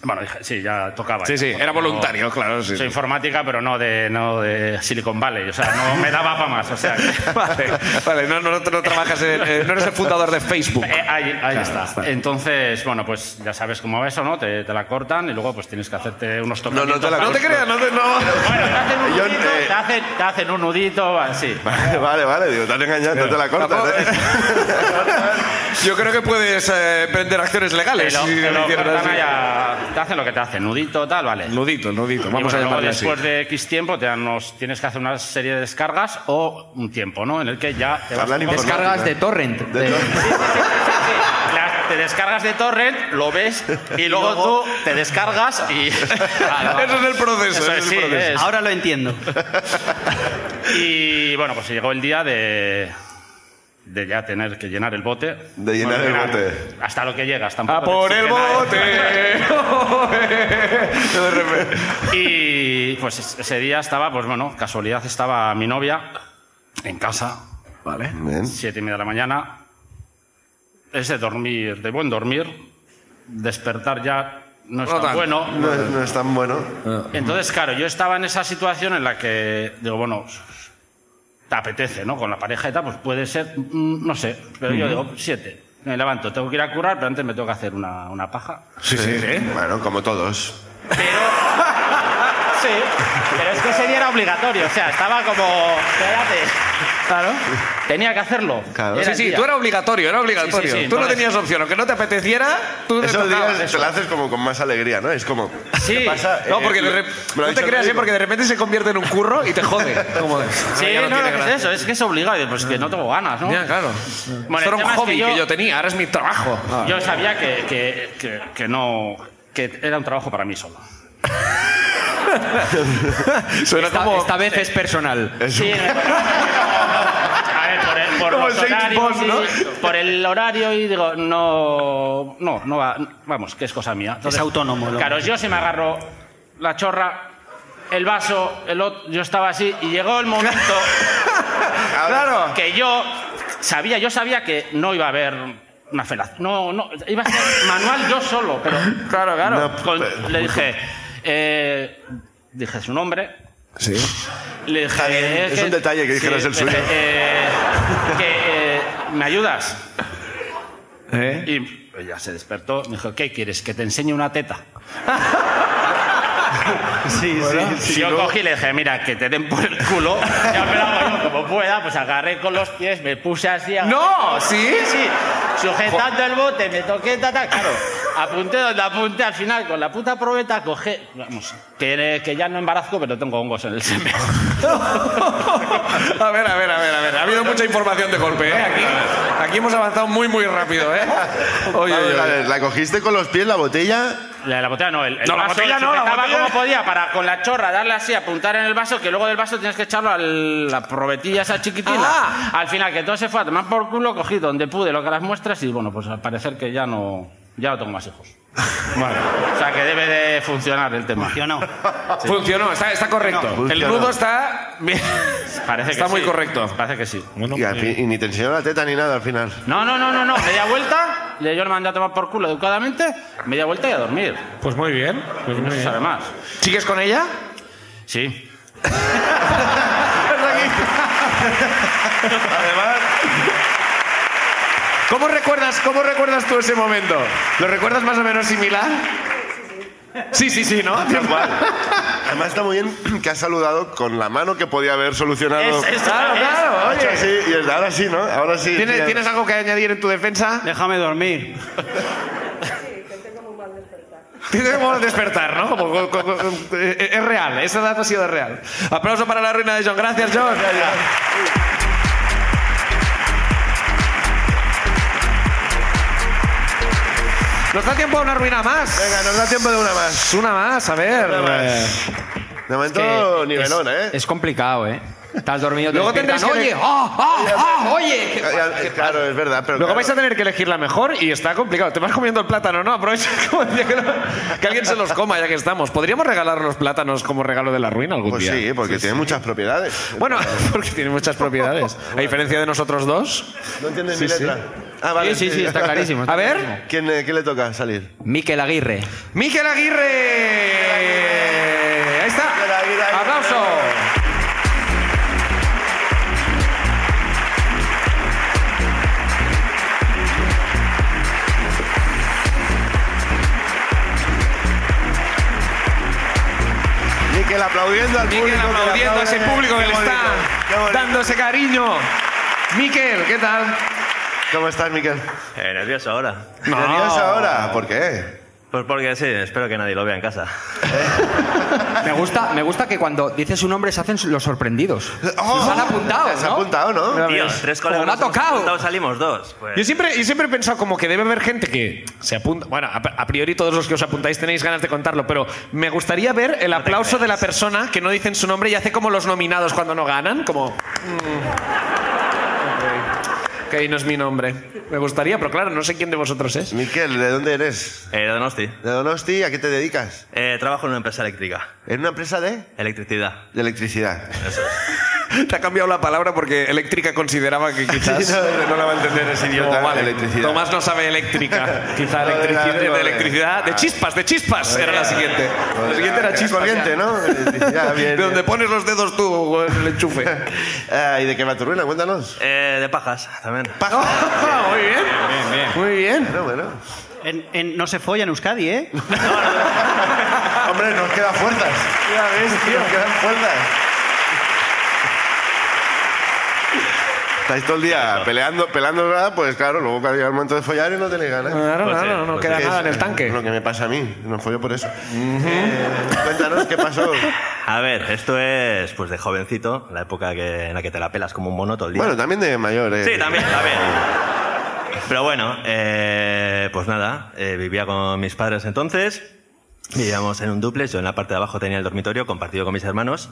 Speaker 7: Bueno, dije, sí, ya tocaba.
Speaker 2: Sí,
Speaker 7: ya.
Speaker 2: sí, era voluntario, claro. Sí,
Speaker 7: Soy
Speaker 2: sí.
Speaker 7: informática, pero no de, no de Silicon Valley. O sea, no me daba para más. O sea, que-
Speaker 2: Vale, vale, no, no, no trabajas en- eh, no eres el fundador de Facebook.
Speaker 7: Eh, ahí ahí está. Entonces, bueno, pues ya sabes cómo va eso, ¿no? Te, te la cortan y luego pues tienes que hacerte unos
Speaker 3: No,
Speaker 7: tocamientos.
Speaker 3: no te la
Speaker 2: No te creas, no te. No.
Speaker 7: Bueno, te hacen un
Speaker 3: Yo,
Speaker 7: nudito,
Speaker 3: eh,
Speaker 7: te, hacen, te hacen un nudito, así.
Speaker 3: Vale, vale, vale, digo, te han engañado, no te la cortas.
Speaker 2: Tampoco-
Speaker 3: ¿eh?
Speaker 2: Yo creo que puedes eh, emprender acciones
Speaker 7: Te
Speaker 2: legales.
Speaker 7: lo-
Speaker 2: si
Speaker 7: te lo
Speaker 2: lo hicieran
Speaker 7: cortan
Speaker 2: así.
Speaker 7: ahí a- te hacen lo que te hacen, nudito, tal, vale.
Speaker 2: Nudito, nudito. Vamos
Speaker 7: Y bueno,
Speaker 2: a llamarle
Speaker 7: luego,
Speaker 2: así.
Speaker 7: después de X tiempo te dan unos- tienes que hacer una serie de descargas o un tiempo, ¿no? En el que ya te vas
Speaker 3: Hablan
Speaker 7: un poco-
Speaker 3: informática.
Speaker 4: Descargas de torrent. de-
Speaker 7: la- te descargas de torrent, lo ves y luego, tú te descargas y
Speaker 2: Eso es el proceso.
Speaker 7: Eso
Speaker 2: ese
Speaker 7: es,
Speaker 2: es
Speaker 7: sí,
Speaker 2: el proceso.
Speaker 7: es.
Speaker 1: Ahora lo entiendo.
Speaker 7: Y bueno, pues llegó el día de de ya tener que llenar el bote.
Speaker 3: De llenar
Speaker 7: Bueno,
Speaker 3: el bote.
Speaker 7: Hasta lo que llegas, tampoco.
Speaker 2: A
Speaker 7: te
Speaker 2: por el
Speaker 7: exige nada. ¿eh?
Speaker 2: bote. De repente.
Speaker 7: Y pues es- ese día estaba, pues bueno, casualidad estaba mi novia en casa,
Speaker 2: Vale.
Speaker 3: Bien.
Speaker 7: siete y media de la mañana. Es de dormir, de buen dormir. Despertar ya no es
Speaker 2: No
Speaker 7: tan
Speaker 2: tanto.
Speaker 7: bueno.
Speaker 3: No, no es tan bueno.
Speaker 7: Entonces, claro, yo estaba en esa situación en la que digo, bueno, te apetece, ¿no? Con la pareja y tal, pues puede ser, mm, no sé, pero yo digo, siete. Me levanto, tengo que ir a curar, pero antes me tengo que hacer una, una paja.
Speaker 2: Sí, sí, ¿eh?
Speaker 3: Bueno, como todos.
Speaker 7: Sí, pero es que ese día era obligatorio, o sea, estaba como, espérate. Claro. Tenía que hacerlo.
Speaker 3: Claro.
Speaker 7: Era
Speaker 2: Sí,
Speaker 7: el
Speaker 2: sí,
Speaker 7: día.
Speaker 2: tú era obligatorio, era obligatorio.
Speaker 7: Sí, sí, sí,
Speaker 2: tú no
Speaker 7: entonces-
Speaker 2: tenías opción, aunque no te apeteciera, tú te
Speaker 3: Esos
Speaker 2: tocaba.
Speaker 3: días te la haces como con más alegría, ¿no? Es como.
Speaker 7: Sí.
Speaker 3: ¿qué pasa?
Speaker 2: No,
Speaker 3: Eh,
Speaker 2: porque de
Speaker 3: me-
Speaker 2: rep-
Speaker 3: me
Speaker 2: no
Speaker 3: lo ha
Speaker 2: te
Speaker 3: dicho el
Speaker 2: creas, ¿eh?
Speaker 3: médico.
Speaker 2: porque de repente se convierte en un curro y te jode. Como de-
Speaker 7: Sí,
Speaker 2: Ah, ya
Speaker 7: no,
Speaker 2: tiene
Speaker 7: no,
Speaker 2: gracia.
Speaker 7: es eso, es que es obligado, y pues que no tengo ganas, ¿no?
Speaker 2: Ya, claro.
Speaker 7: Bueno,
Speaker 2: Esto
Speaker 7: el
Speaker 2: era
Speaker 7: tema
Speaker 2: un
Speaker 7: es que
Speaker 2: hobby que yo...
Speaker 7: yo-
Speaker 2: tenía, ahora es mi trabajo.
Speaker 3: Ah.
Speaker 7: Yo sabía que, que- que- que no, que era un trabajo para mí solo.
Speaker 2: Suena
Speaker 4: Esta,
Speaker 2: como...
Speaker 4: esta vez es personal.
Speaker 7: Sí, no, no, no. a ver, por el, por
Speaker 2: Como
Speaker 7: los
Speaker 2: James
Speaker 7: horarios
Speaker 2: Bond, ¿no?
Speaker 7: y- por el horario y digo, no, no, no va, vamos, que es cosa mía.
Speaker 1: Es autónomo, ¿no?
Speaker 7: Claro, yo si me agarro la chorra, el vaso, el otro, yo estaba así y llegó el momento
Speaker 3: ah,
Speaker 2: Claro.
Speaker 7: que yo sabía, yo sabía que no iba a haber una felación. No, no, iba a ser manual yo solo, pero
Speaker 2: Claro, claro. pues,
Speaker 3: No,
Speaker 7: con-
Speaker 3: pero-
Speaker 7: le dije, eh, dije su nombre,
Speaker 2: Sí.
Speaker 7: le dije,
Speaker 3: bien,
Speaker 7: eh,
Speaker 3: es un detalle que dijeras el
Speaker 7: eh,
Speaker 3: suyo.
Speaker 7: eh, que, eh, ¿Me ayudas?
Speaker 2: ¿Eh?
Speaker 7: Y ella se despertó, me dijo, ¿qué quieres? ¿Que te enseñe una teta?
Speaker 1: Sí, sí.
Speaker 7: yo cogí y le dije, mira, que te den por el culo. Ya me la hago yo como pueda, pues agarré con los pies, me puse así.
Speaker 2: ¡No! ¿Sí?
Speaker 7: Sí, sujetando el bote, me toqué, ta, ta, claro. Apunté donde apunté, al final con la puta probeta cogé, vamos, que, que ya no embarazco, pero tengo hongos en el semen.
Speaker 2: A ver, a ver, a ver, a ver. Ha habido mucha información de golpe, ¿eh? Aquí, aquí hemos avanzado muy, muy rápido, ¿eh? Oye,
Speaker 3: Vamos
Speaker 2: oye,
Speaker 3: a
Speaker 2: oye.
Speaker 3: ver, la cogiste con los pies la botella.
Speaker 7: La, la botella no, el, el
Speaker 2: No, la
Speaker 7: vaso
Speaker 2: botella no, la
Speaker 7: sujetaba
Speaker 2: botella.
Speaker 7: como podía para con la chorra darle así, apuntar en el vaso, que luego del vaso tienes que echarlo a la probetilla esa chiquitina.
Speaker 2: Ah.
Speaker 7: Al final, que todo se fue a tomar por culo, cogí donde pude lo que las muestras y bueno, pues al parecer que ya no, ya no tengo más hijos. O sea que debe de funcionar el tema.
Speaker 1: Funcionó.
Speaker 2: Funcionó, está, está correcto.
Speaker 3: No,
Speaker 2: el
Speaker 3: funcionó.
Speaker 2: nudo está bien.
Speaker 7: Parece
Speaker 2: Está
Speaker 7: que
Speaker 2: muy
Speaker 7: sí.
Speaker 2: correcto.
Speaker 7: Parece que sí.
Speaker 3: y, al fin- y ni te enseñó la teta ni nada al final.
Speaker 7: No, no, no, no, no. Media vuelta, le- yo le mandé a tomar por culo educadamente, media vuelta y a dormir.
Speaker 5: Pues muy bien. Pues
Speaker 7: No
Speaker 5: muy
Speaker 7: se
Speaker 5: bien.
Speaker 7: sabe más.
Speaker 2: ¿Sigues con ella?
Speaker 7: Sí.
Speaker 3: Además,
Speaker 2: ¿Cómo recuerdas, ¿Cómo recuerdas tú ese momento? ¿Lo recuerdas más o menos similar? Sí, sí, sí, ¿no?
Speaker 3: tal cual. Además está muy bien que has saludado con la mano que podía haber solucionado.
Speaker 2: Claro, claro,
Speaker 3: Ha hecho
Speaker 2: ¿Eh? oye.
Speaker 3: así, y es- ahora sí, ¿no? Ahora sí.
Speaker 2: ¿Tienes,
Speaker 3: Bien.
Speaker 2: ¿Tienes algo que añadir en tu defensa?
Speaker 1: Déjame dormir.
Speaker 2: Tiene como el despertar, ¿no? Como- como- como- eh, es real, ese dato ha sido real. Aplauso para la reina de John. Gracias, John. Nos da tiempo a una ruina más.
Speaker 3: Venga, nos da tiempo de una más.
Speaker 2: Es Una más, a ver.
Speaker 3: Una más.
Speaker 2: eh,
Speaker 3: De momento,
Speaker 4: que
Speaker 3: nivelón,
Speaker 4: es,
Speaker 3: ¿eh?
Speaker 4: es complicado, ¿eh? Estás dormido, te
Speaker 2: Luego
Speaker 4: despiertan,
Speaker 2: tendréis que-
Speaker 4: Oye, ah, ah, ah, oye. ¿qué pasa?
Speaker 3: Ya- claro, es verdad, pero.
Speaker 2: Luego
Speaker 3: claro,
Speaker 2: vais a tener que elegir la mejor y está complicado. Te vas comiendo el plátano, ¿no? Aprovecha como decía que, no- que alguien se los coma ya que estamos. ¿Podríamos regalar los plátanos como regalo de la ruina algún
Speaker 3: Pues
Speaker 2: día?
Speaker 3: sí, porque tiene muchas propiedades.
Speaker 2: Bueno, porque tiene muchas propiedades. A diferencia de nosotros dos.
Speaker 3: No entiendes mi letra. Ah, vale.
Speaker 4: Sí, sí, sí, está clarísimo. está
Speaker 2: A ver.
Speaker 4: clarísimo.
Speaker 3: ¿Quién, eh, ¿Quién le toca salir?
Speaker 4: Miquel Aguirre.
Speaker 2: Miguel Aguirre. Ahí está.
Speaker 3: Miquel Aguirre, Aguirre.
Speaker 2: Aplauso.
Speaker 3: Miquel aplaudiendo al
Speaker 2: Miquel
Speaker 3: público. que le
Speaker 2: aplaudiendo a
Speaker 3: aplaude.
Speaker 2: ese público que
Speaker 3: Qué
Speaker 2: le está
Speaker 3: bonito, qué bonito.
Speaker 2: dando ese cariño. Miquel, ¿qué tal?
Speaker 3: ¿Cómo estás, Miquel?
Speaker 8: Eh, nervioso ahora.
Speaker 3: ¿Nervioso ahora? ¿Por qué?
Speaker 8: Pues porque sí, espero que nadie lo vea en casa.
Speaker 4: Me gusta, me gusta que cuando dices su nombre se hacen los sorprendidos.
Speaker 3: Oh,
Speaker 4: se han apuntado,
Speaker 3: Se han
Speaker 4: ¿no?
Speaker 3: apuntado, ¿no?
Speaker 8: Tío, tres colegas.
Speaker 4: Como me ha
Speaker 8: nos hemos
Speaker 4: tocado.
Speaker 8: apuntado, salimos dos.
Speaker 2: Yo
Speaker 8: Pues,
Speaker 2: siempre, yo siempre he pensado como que debe haber gente que se apunta. Bueno, a, a priori todos los que os apuntáis tenéis ganas de contarlo, pero me gustaría ver el aplauso de la persona que no dicen su nombre y hace como los nominados cuando no ganan, como. mm, ok, ok, no es mi nombre. Me gustaría, pero claro, no sé quién de vosotros es.
Speaker 3: Miquel, ¿de dónde eres?
Speaker 8: eh, Donosti.
Speaker 3: ¿De Donosti? ¿A qué te dedicas?
Speaker 8: Eh, trabajo en una empresa eléctrica.
Speaker 3: ¿En una empresa de?
Speaker 8: Electricidad.
Speaker 3: De electricidad.
Speaker 2: Te ha cambiado la palabra porque eléctrica consideraba que quizás. Oh,
Speaker 3: Sí, no, no la va a entender ese idiota. electricidad.
Speaker 2: Tomás no sabe eléctrica. Quizá
Speaker 3: No, de la-
Speaker 2: electricidad,
Speaker 3: de la-
Speaker 2: de electricidad. De chispas, de chispas era la siguiente. La siguiente era
Speaker 3: Es
Speaker 2: chispas.
Speaker 3: corriente, ¿no? Electricidad, bien.
Speaker 2: De donde
Speaker 3: bien.
Speaker 2: pones los dedos tú en el enchufe.
Speaker 3: Ah, ¿Y de qué va tu ruina? Cuéntanos.
Speaker 8: Eh, de pajas, también.
Speaker 2: muy bien. Muy bien.
Speaker 3: Bueno, bueno.
Speaker 1: En- en- no se folla en Euskadi, ¿eh?
Speaker 3: Hombre, nos quedan fuerzas. Ya ves, tío. Nos quedan fuerzas. Estáis todo el día peleando, peleando, ¿verdad? Pues claro, luego cuando llega el momento de follar y no tenéis ganas.
Speaker 2: Claro,
Speaker 8: Pues sí,
Speaker 2: claro, no
Speaker 8: pues
Speaker 2: queda
Speaker 3: Es
Speaker 2: nada en el tanque.
Speaker 3: Lo que me pasa a mí, no follo por eso. Eh, cuéntanos qué pasó.
Speaker 8: A ver, esto es pues de jovencito, la época que, en la que te la pelas como un mono todo el día.
Speaker 3: Bueno, también de mayor. eh.
Speaker 8: Sí, también, también. Pero bueno, eh, pues nada, eh, vivía con mis padres entonces. Vivíamos en un duplex, yo en la parte de abajo tenía el dormitorio compartido con mis hermanos.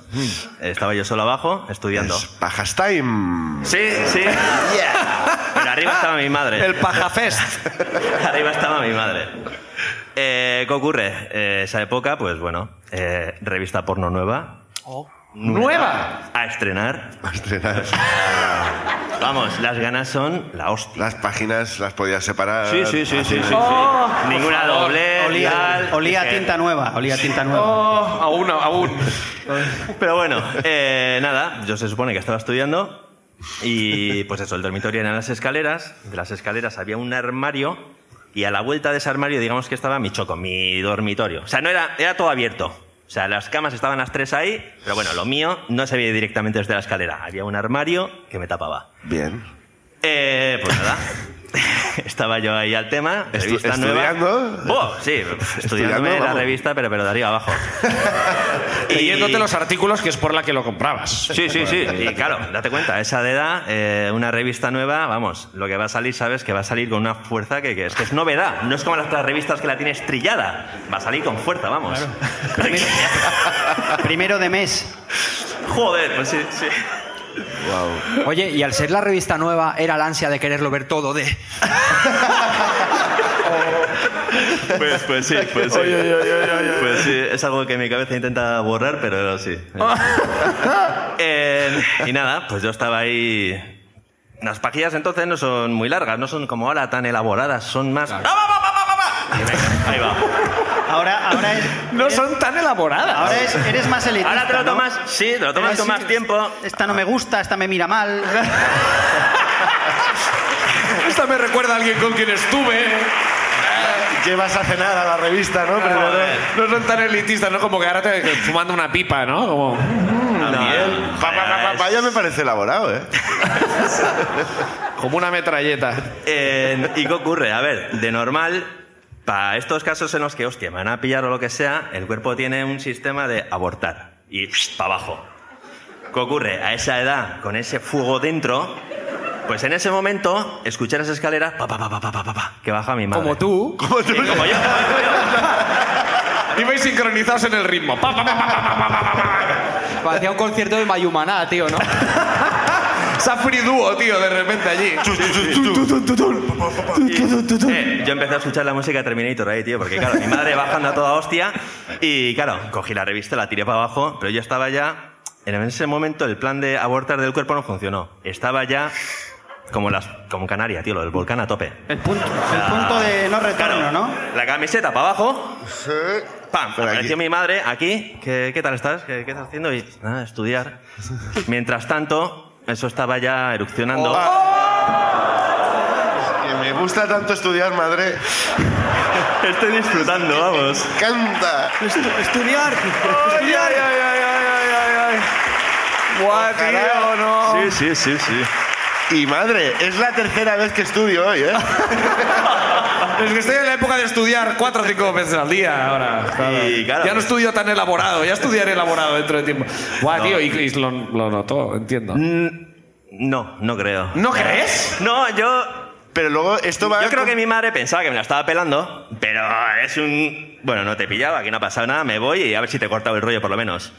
Speaker 8: Estaba yo solo abajo, estudiando.
Speaker 3: Es Pajas Time.
Speaker 8: Sí, sí. Pero arriba estaba mi madre.
Speaker 2: El pajafest.
Speaker 8: Arriba estaba mi madre. Eh, ¿Qué ocurre? Eh, esa época, pues bueno, eh, revista porno nueva.
Speaker 2: Nueva.
Speaker 8: A estrenar.
Speaker 3: Para estrenar.
Speaker 8: Vamos, las ganas son la hostia.
Speaker 3: Las páginas las podías separar.
Speaker 8: Sí, sí, sí, sí, sí, sí. Oh, Ninguna doble,
Speaker 1: Olía, olía a tinta nueva, olía a tinta nueva.
Speaker 2: Oh, aún, aún.
Speaker 8: Pero bueno, eh, nada, yo se supone que estaba estudiando y pues eso, el dormitorio eran las escaleras, de las escaleras había un armario y a la vuelta de ese armario digamos que estaba mi choco, mi dormitorio. O sea, no era, era todo abierto. O sea, las camas estaban las tres ahí, pero bueno, lo mío no se veía directamente desde la escalera. Había un armario que me tapaba.
Speaker 3: Bien.
Speaker 8: Eh, pues nada. Estaba yo ahí al tema.
Speaker 3: Estu-
Speaker 8: Revista
Speaker 3: estudiando.
Speaker 8: nueva. Oh, sí, estudiándome la
Speaker 3: vamos.
Speaker 8: revista, pero, pero de arriba abajo.
Speaker 2: Leyéndote los artículos que es por la que lo comprabas.
Speaker 8: Sí, sí, sí. Y claro, date cuenta, esa de edad, eh, una revista nueva, vamos, lo que va a salir, sabes que va a salir con una fuerza que, que es que es novedad. No es como las otras revistas que la tienes trillada. Va a salir con fuerza, vamos.
Speaker 1: Primero de mes.
Speaker 8: Joder, pues sí, sí.
Speaker 4: Oye, y al ser la revista nueva, era la ansia de quererlo ver todo de.
Speaker 8: Pues, pues sí, pues sí. Pues sí, es algo que mi cabeza intenta borrar, pero sí. Eh, y nada, pues yo estaba ahí. Las pajillas entonces no son muy largas, no son como ahora tan elaboradas, son más. ¡Ah, va, va, va, va, va, va! Y venga, Ahí va.
Speaker 1: Ahora, ahora es.
Speaker 2: No son tan elaboradas.
Speaker 1: Ahora es, eres más elitista.
Speaker 8: Ahora te lo
Speaker 1: ¿no?
Speaker 8: tomas, sí, te lo tomas
Speaker 1: Eres-
Speaker 8: con más tiempo.
Speaker 1: Esta no me gusta, esta me mira mal.
Speaker 2: Esta me recuerda a alguien con quien estuve.
Speaker 3: Llevas a cenar a la revista, ¿no? Pero
Speaker 8: eh.
Speaker 2: No son tan elitistas, ¿no? Como que ahora te fumando una pipa, ¿no? Como...
Speaker 8: También.
Speaker 3: Pa, pa, pa, pa, pa, ya me parece elaborado, ¿eh?
Speaker 2: Como una metralleta.
Speaker 8: Eh, ¿Y qué ocurre? A ver, de normal, para estos casos en los que, hostia, me van a pillar o lo que sea, el cuerpo tiene un sistema de abortar y para abajo. ¿Qué ocurre? A esa edad, con ese fuego dentro, pues en ese momento, escuchar las escaleras, pa, pa, pa, pa, pa, pa, pa, pa, que baja mi madre.
Speaker 2: Como tú.
Speaker 3: Como tú-
Speaker 8: Sí, como yo.
Speaker 2: Ibais sincronizados en el ritmo. Pa, pa, pa, pa, pa, pa, pa, pa.
Speaker 4: Parecía un concierto de Mayumaná, tío, ¿no?
Speaker 2: Safri dúo, tío, de repente allí.
Speaker 8: Eh, yo empecé a escuchar la música de Terminator ahí, tío, porque claro, mi madre bajando a toda hostia y claro, cogí la revista, la tiré para abajo, pero yo estaba ya, en ese momento el plan de abortar del cuerpo no funcionó. Estaba ya como las como Canaria, tío, lo del volcán a tope.
Speaker 1: El punto, el punto de no retorno, ¿no?
Speaker 8: La camiseta para abajo, pam,
Speaker 3: Pero
Speaker 8: apareció
Speaker 3: aquí-
Speaker 8: mi madre aquí, ¿qué, qué tal estás? ¿Qué, qué estás haciendo? Y nada, estudiar. Mientras tanto, eso estaba ya erupcionando.
Speaker 3: Oh. Que me gusta tanto estudiar, madre.
Speaker 8: Estoy disfrutando, vamos.
Speaker 3: Oh. Canta.
Speaker 1: Estudiar.
Speaker 2: Buah,
Speaker 3: Ojalá.
Speaker 2: tío, no.
Speaker 8: Sí, sí, sí, sí.
Speaker 3: Y madre, es la tercera vez que estudio hoy, ¿eh?
Speaker 2: Es que estoy en la época de estudiar cuatro o cinco veces al día ahora. claro.
Speaker 8: Y, claro,
Speaker 2: ya no
Speaker 8: pues-
Speaker 2: estudio tan elaborado, ya estudiaré elaborado dentro de tiempo. Guau, tío, y, y lo, lo notó, entiendo.
Speaker 8: Mm, No, no creo.
Speaker 2: ¿No crees?
Speaker 8: No, yo.
Speaker 3: Pero luego esto va.
Speaker 8: Yo creo que mi madre pensaba que me la estaba pelando, pero es un. Bueno, no te pillaba, aquí no ha pasado nada, me voy y a ver si te he cortado el rollo por lo menos.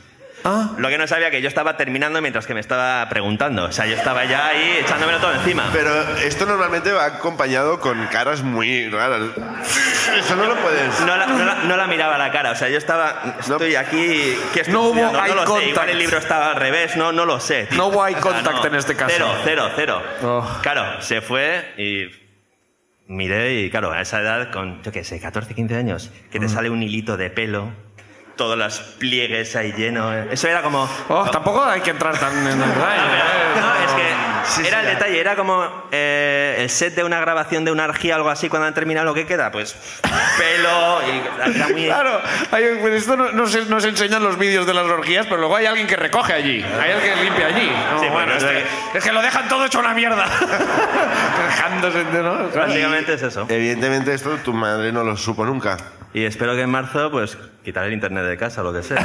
Speaker 8: Lo que no sabía que yo estaba terminando mientras que me estaba preguntando. O sea, yo estaba ya ahí echándomelo todo encima.
Speaker 3: Pero esto normalmente va acompañado con caras muy raras. Eso no lo puedes.
Speaker 8: No la, no la- no la miraba a la cara, o sea, yo estaba.
Speaker 3: No.
Speaker 8: Estoy aquí. ¿qué estoy
Speaker 2: No hubo
Speaker 8: estudiando?
Speaker 2: eye
Speaker 8: no lo sé. Igual
Speaker 2: contact.
Speaker 8: el libro estaba al revés, no, no lo sé. tío.
Speaker 2: No hubo eye
Speaker 8: O sea,
Speaker 2: contact en este caso.
Speaker 8: Cero, cero, cero.
Speaker 2: Oh.
Speaker 8: Claro, se fue y. Miré y, claro, a esa edad, con, yo qué sé, 14, 15 años, que
Speaker 2: Mm.
Speaker 8: te sale un hilito de pelo, todos los pliegues ahí llenos. eh. Eso era como.
Speaker 2: Oh, tampoco hay que entrar tan en el
Speaker 8: No,
Speaker 2: detalle, ¿eh?
Speaker 8: pero- no, es que
Speaker 3: Sí,
Speaker 8: era
Speaker 3: sí,
Speaker 8: el detalle, era como eh, el set de una grabación de una orgía o algo así, cuando han terminado lo que queda, pues pelo y era muy-
Speaker 2: Claro, hay- pues esto no, no se, no se enseñan los vídeos de las orgías, pero luego hay alguien que recoge allí, hay alguien que limpia allí. No,
Speaker 8: Sí, bueno,
Speaker 2: bueno,
Speaker 8: es
Speaker 2: este-
Speaker 8: que-
Speaker 2: es que lo dejan todo hecho una mierda. Dejándose, ¿no? Claro.
Speaker 8: Básicamente es eso.
Speaker 3: Evidentemente esto tu madre no lo supo nunca.
Speaker 8: eh, Y espero que en marzo, pues, quitar el internet de casa o lo que sea.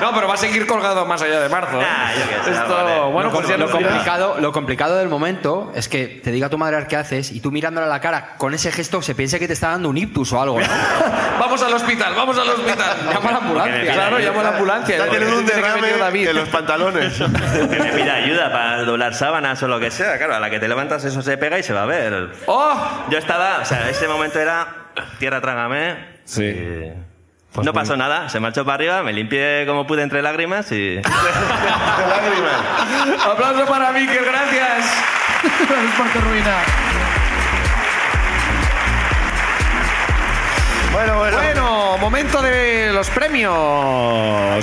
Speaker 2: No, pero va a seguir colgado más allá de marzo. ¿eh?
Speaker 8: Ah, yo qué sé,
Speaker 2: Esto,
Speaker 8: vale.
Speaker 2: bueno,
Speaker 4: lo,
Speaker 2: pues
Speaker 4: com-
Speaker 2: ya
Speaker 4: lo
Speaker 2: nos dirá.
Speaker 4: complicado, lo complicado del momento es que te diga tu madre qué haces y tú mirándole a la cara con ese gesto se piensa que te está dando un ictus o algo. ¿no?
Speaker 2: Vamos al hospital, vamos al hospital.
Speaker 4: Llama a la ambulancia.
Speaker 2: Claro, llamo a la ambulancia.
Speaker 3: Está teniendo un
Speaker 2: Tiene que venir
Speaker 3: derrame
Speaker 2: David.
Speaker 3: en los pantalones.
Speaker 8: que me pida ayuda para doblar sábanas o lo que sea. Claro, a la que te levantas eso se pega y se va a ver.
Speaker 2: ¡Oh!
Speaker 8: Yo estaba, o sea, ese momento era tierra trágame.
Speaker 2: Sí. Pues
Speaker 8: Y no pasó nada, se marchó para arriba, me limpié como pude entre lágrimas y...
Speaker 3: De lágrimas.
Speaker 2: Aplauso para Miquel, gracias.
Speaker 3: Bueno, bueno.
Speaker 2: Bueno, momento de los premios.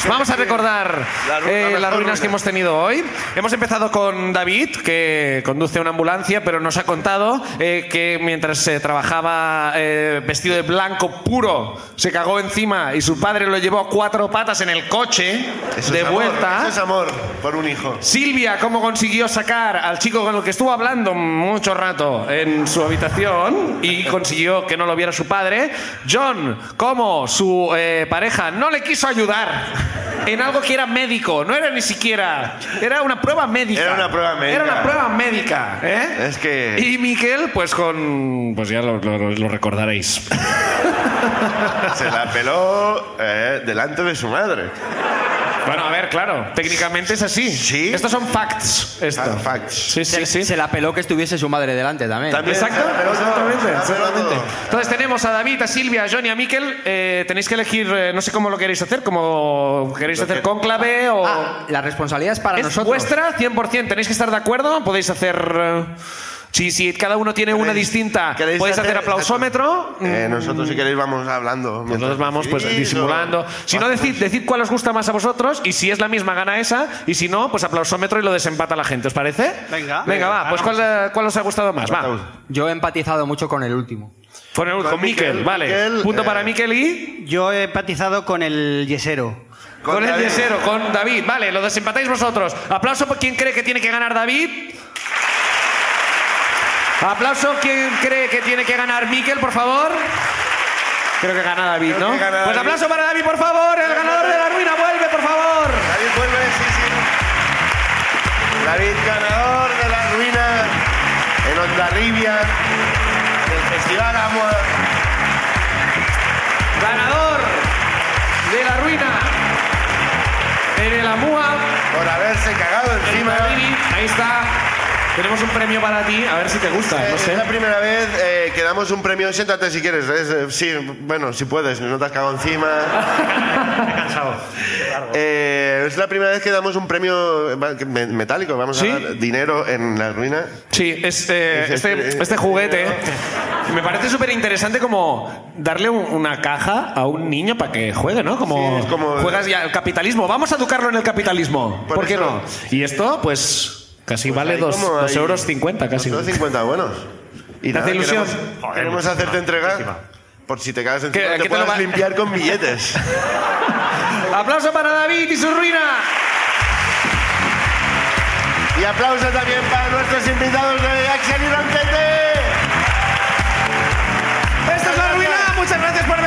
Speaker 2: Vamos a recordar
Speaker 3: La ru-
Speaker 2: eh,
Speaker 3: la mejor
Speaker 2: las ruinas
Speaker 3: ruina.
Speaker 2: que hemos tenido hoy. Hemos empezado con David, que conduce una ambulancia, pero nos ha contado eh, que mientras se trabajaba eh, vestido de blanco puro, se cagó encima y su padre lo llevó a cuatro patas en el coche
Speaker 3: Eso
Speaker 2: de
Speaker 3: es amor,
Speaker 2: vuelta.
Speaker 3: eso es amor por un hijo.
Speaker 2: Silvia, ¿cómo consiguió sacar al chico con el que estuvo hablando mucho rato en su habitación y consiguió que no lo viera su padre? John, ¿cómo su eh, pareja no le quiso ayudar en algo que era médico? No era ni siquiera. Era una prueba médica.
Speaker 3: Era una prueba médica.
Speaker 2: Era una prueba médica. ¿eh?
Speaker 3: Es que-
Speaker 2: Y Miquel, pues con. Pues ya lo, lo- lo recordaréis.
Speaker 3: Se la peló eh, delante de su madre.
Speaker 2: bueno, a ver, claro. Técnicamente es así.
Speaker 3: Sí.
Speaker 2: Estos son facts. Esto.
Speaker 3: Fa- Facts.
Speaker 2: Sí,
Speaker 4: Se,
Speaker 2: sí, sí.
Speaker 4: se la peló que estuviese su madre delante también.
Speaker 3: También
Speaker 2: Exacto,
Speaker 3: se la peló todo,
Speaker 2: exactamente,
Speaker 3: se la peló
Speaker 2: exactamente.
Speaker 3: todo.
Speaker 2: Entonces tenemos a David, a Silvia, a Johnny, a Miquel. Eh, tenéis que elegir, eh, no sé cómo lo queréis hacer, como queréis hacer conclave o...
Speaker 3: ah,
Speaker 4: Ah, la responsabilidad es para
Speaker 2: es
Speaker 4: nosotros.
Speaker 2: vuestra, 100%. Tenéis que estar de acuerdo. Podéis hacer eh, Si, si cada uno tiene una
Speaker 3: ¿Queréis-
Speaker 2: distinta,
Speaker 3: queréis
Speaker 2: podéis hacer
Speaker 3: hacer-
Speaker 2: aplausómetro.
Speaker 3: Eh, nosotros, si queréis, vamos hablando. mientras-
Speaker 2: Nosotros vamos pues
Speaker 3: Sí,
Speaker 2: disimulando.
Speaker 3: eso.
Speaker 2: Si no, decid, decid cuál os gusta más a vosotros y si es la misma, gana esa. Y si no, pues aplausómetro y lo desempata la gente. ¿Os parece?
Speaker 1: Venga.
Speaker 2: Venga, va. Pues ¿cuál, eh, cuál os ha gustado más?
Speaker 3: Vamos.
Speaker 2: Va.
Speaker 4: Yo he empatizado mucho con el último.
Speaker 2: Con, el, con
Speaker 3: Con
Speaker 2: Miquel,
Speaker 3: Miquel,
Speaker 2: vale.
Speaker 3: Miquel,
Speaker 2: Punto
Speaker 3: eh,
Speaker 2: para Miquel y...
Speaker 1: Yo he empatizado con el yesero.
Speaker 2: Con, el
Speaker 3: David.
Speaker 2: yesero, con David. Vale, lo desempatáis vosotros. Aplauso por quien cree que tiene que ganar David. Aplauso quien cree que tiene que ganar Miquel, por favor. Creo que gana David,
Speaker 3: Creo
Speaker 2: ¿no?
Speaker 3: que gana
Speaker 2: pues
Speaker 3: David.
Speaker 2: aplauso para David, por favor. El ganador de la ruina vuelve, por favor.
Speaker 3: David vuelve, sí, sí. David, ganador de la ruina en Ondarribia, del Festival Amor.
Speaker 2: Ganador de la ruina en el Amua.
Speaker 3: por haberse cagado encima.
Speaker 2: David, Ahí está. Tenemos un premio para ti. A ver si te gusta.
Speaker 3: Eh,
Speaker 2: No sé.
Speaker 3: Es la primera vez eh, que damos un premio. Siéntate si quieres. es, eh, sí, bueno, si puedes, no te has cagado encima. Eh, es la primera vez que damos un premio eh, va- que- me- metálico. Vamos
Speaker 2: ¿Sí?
Speaker 3: a dar dinero en la ruina.
Speaker 2: Sí, este, este, este juguete me parece súper interesante como darle un- una caja a un niño para que juegue, ¿no? Como,
Speaker 3: Sí, es como-
Speaker 2: juegas ya al capitalismo. Vamos a educarlo en el capitalismo. ¿Por,
Speaker 3: Por
Speaker 2: qué
Speaker 3: eso.
Speaker 2: no? Y esto, pues, casi vale
Speaker 3: Ahí
Speaker 2: dos,
Speaker 3: como
Speaker 2: dos
Speaker 3: hay-
Speaker 2: euros cincuenta casi.
Speaker 3: Dos cincuenta buenos. Y
Speaker 2: ¿Te hace ilusión?
Speaker 3: Queremos,
Speaker 5: Joder,
Speaker 3: queremos
Speaker 5: muchísima,
Speaker 3: hacerte
Speaker 5: muchísima.
Speaker 3: entregar. Por si te cagas encima,
Speaker 2: ¿Qué- qué
Speaker 3: te
Speaker 2: te lo
Speaker 3: puedas
Speaker 2: va-
Speaker 3: limpiar con billetes.
Speaker 2: Aplauso para David y su ruina.
Speaker 3: y aplauso también para nuestros invitados de Axel y Rampete.
Speaker 2: Esto es la ruina. Muchas gracias por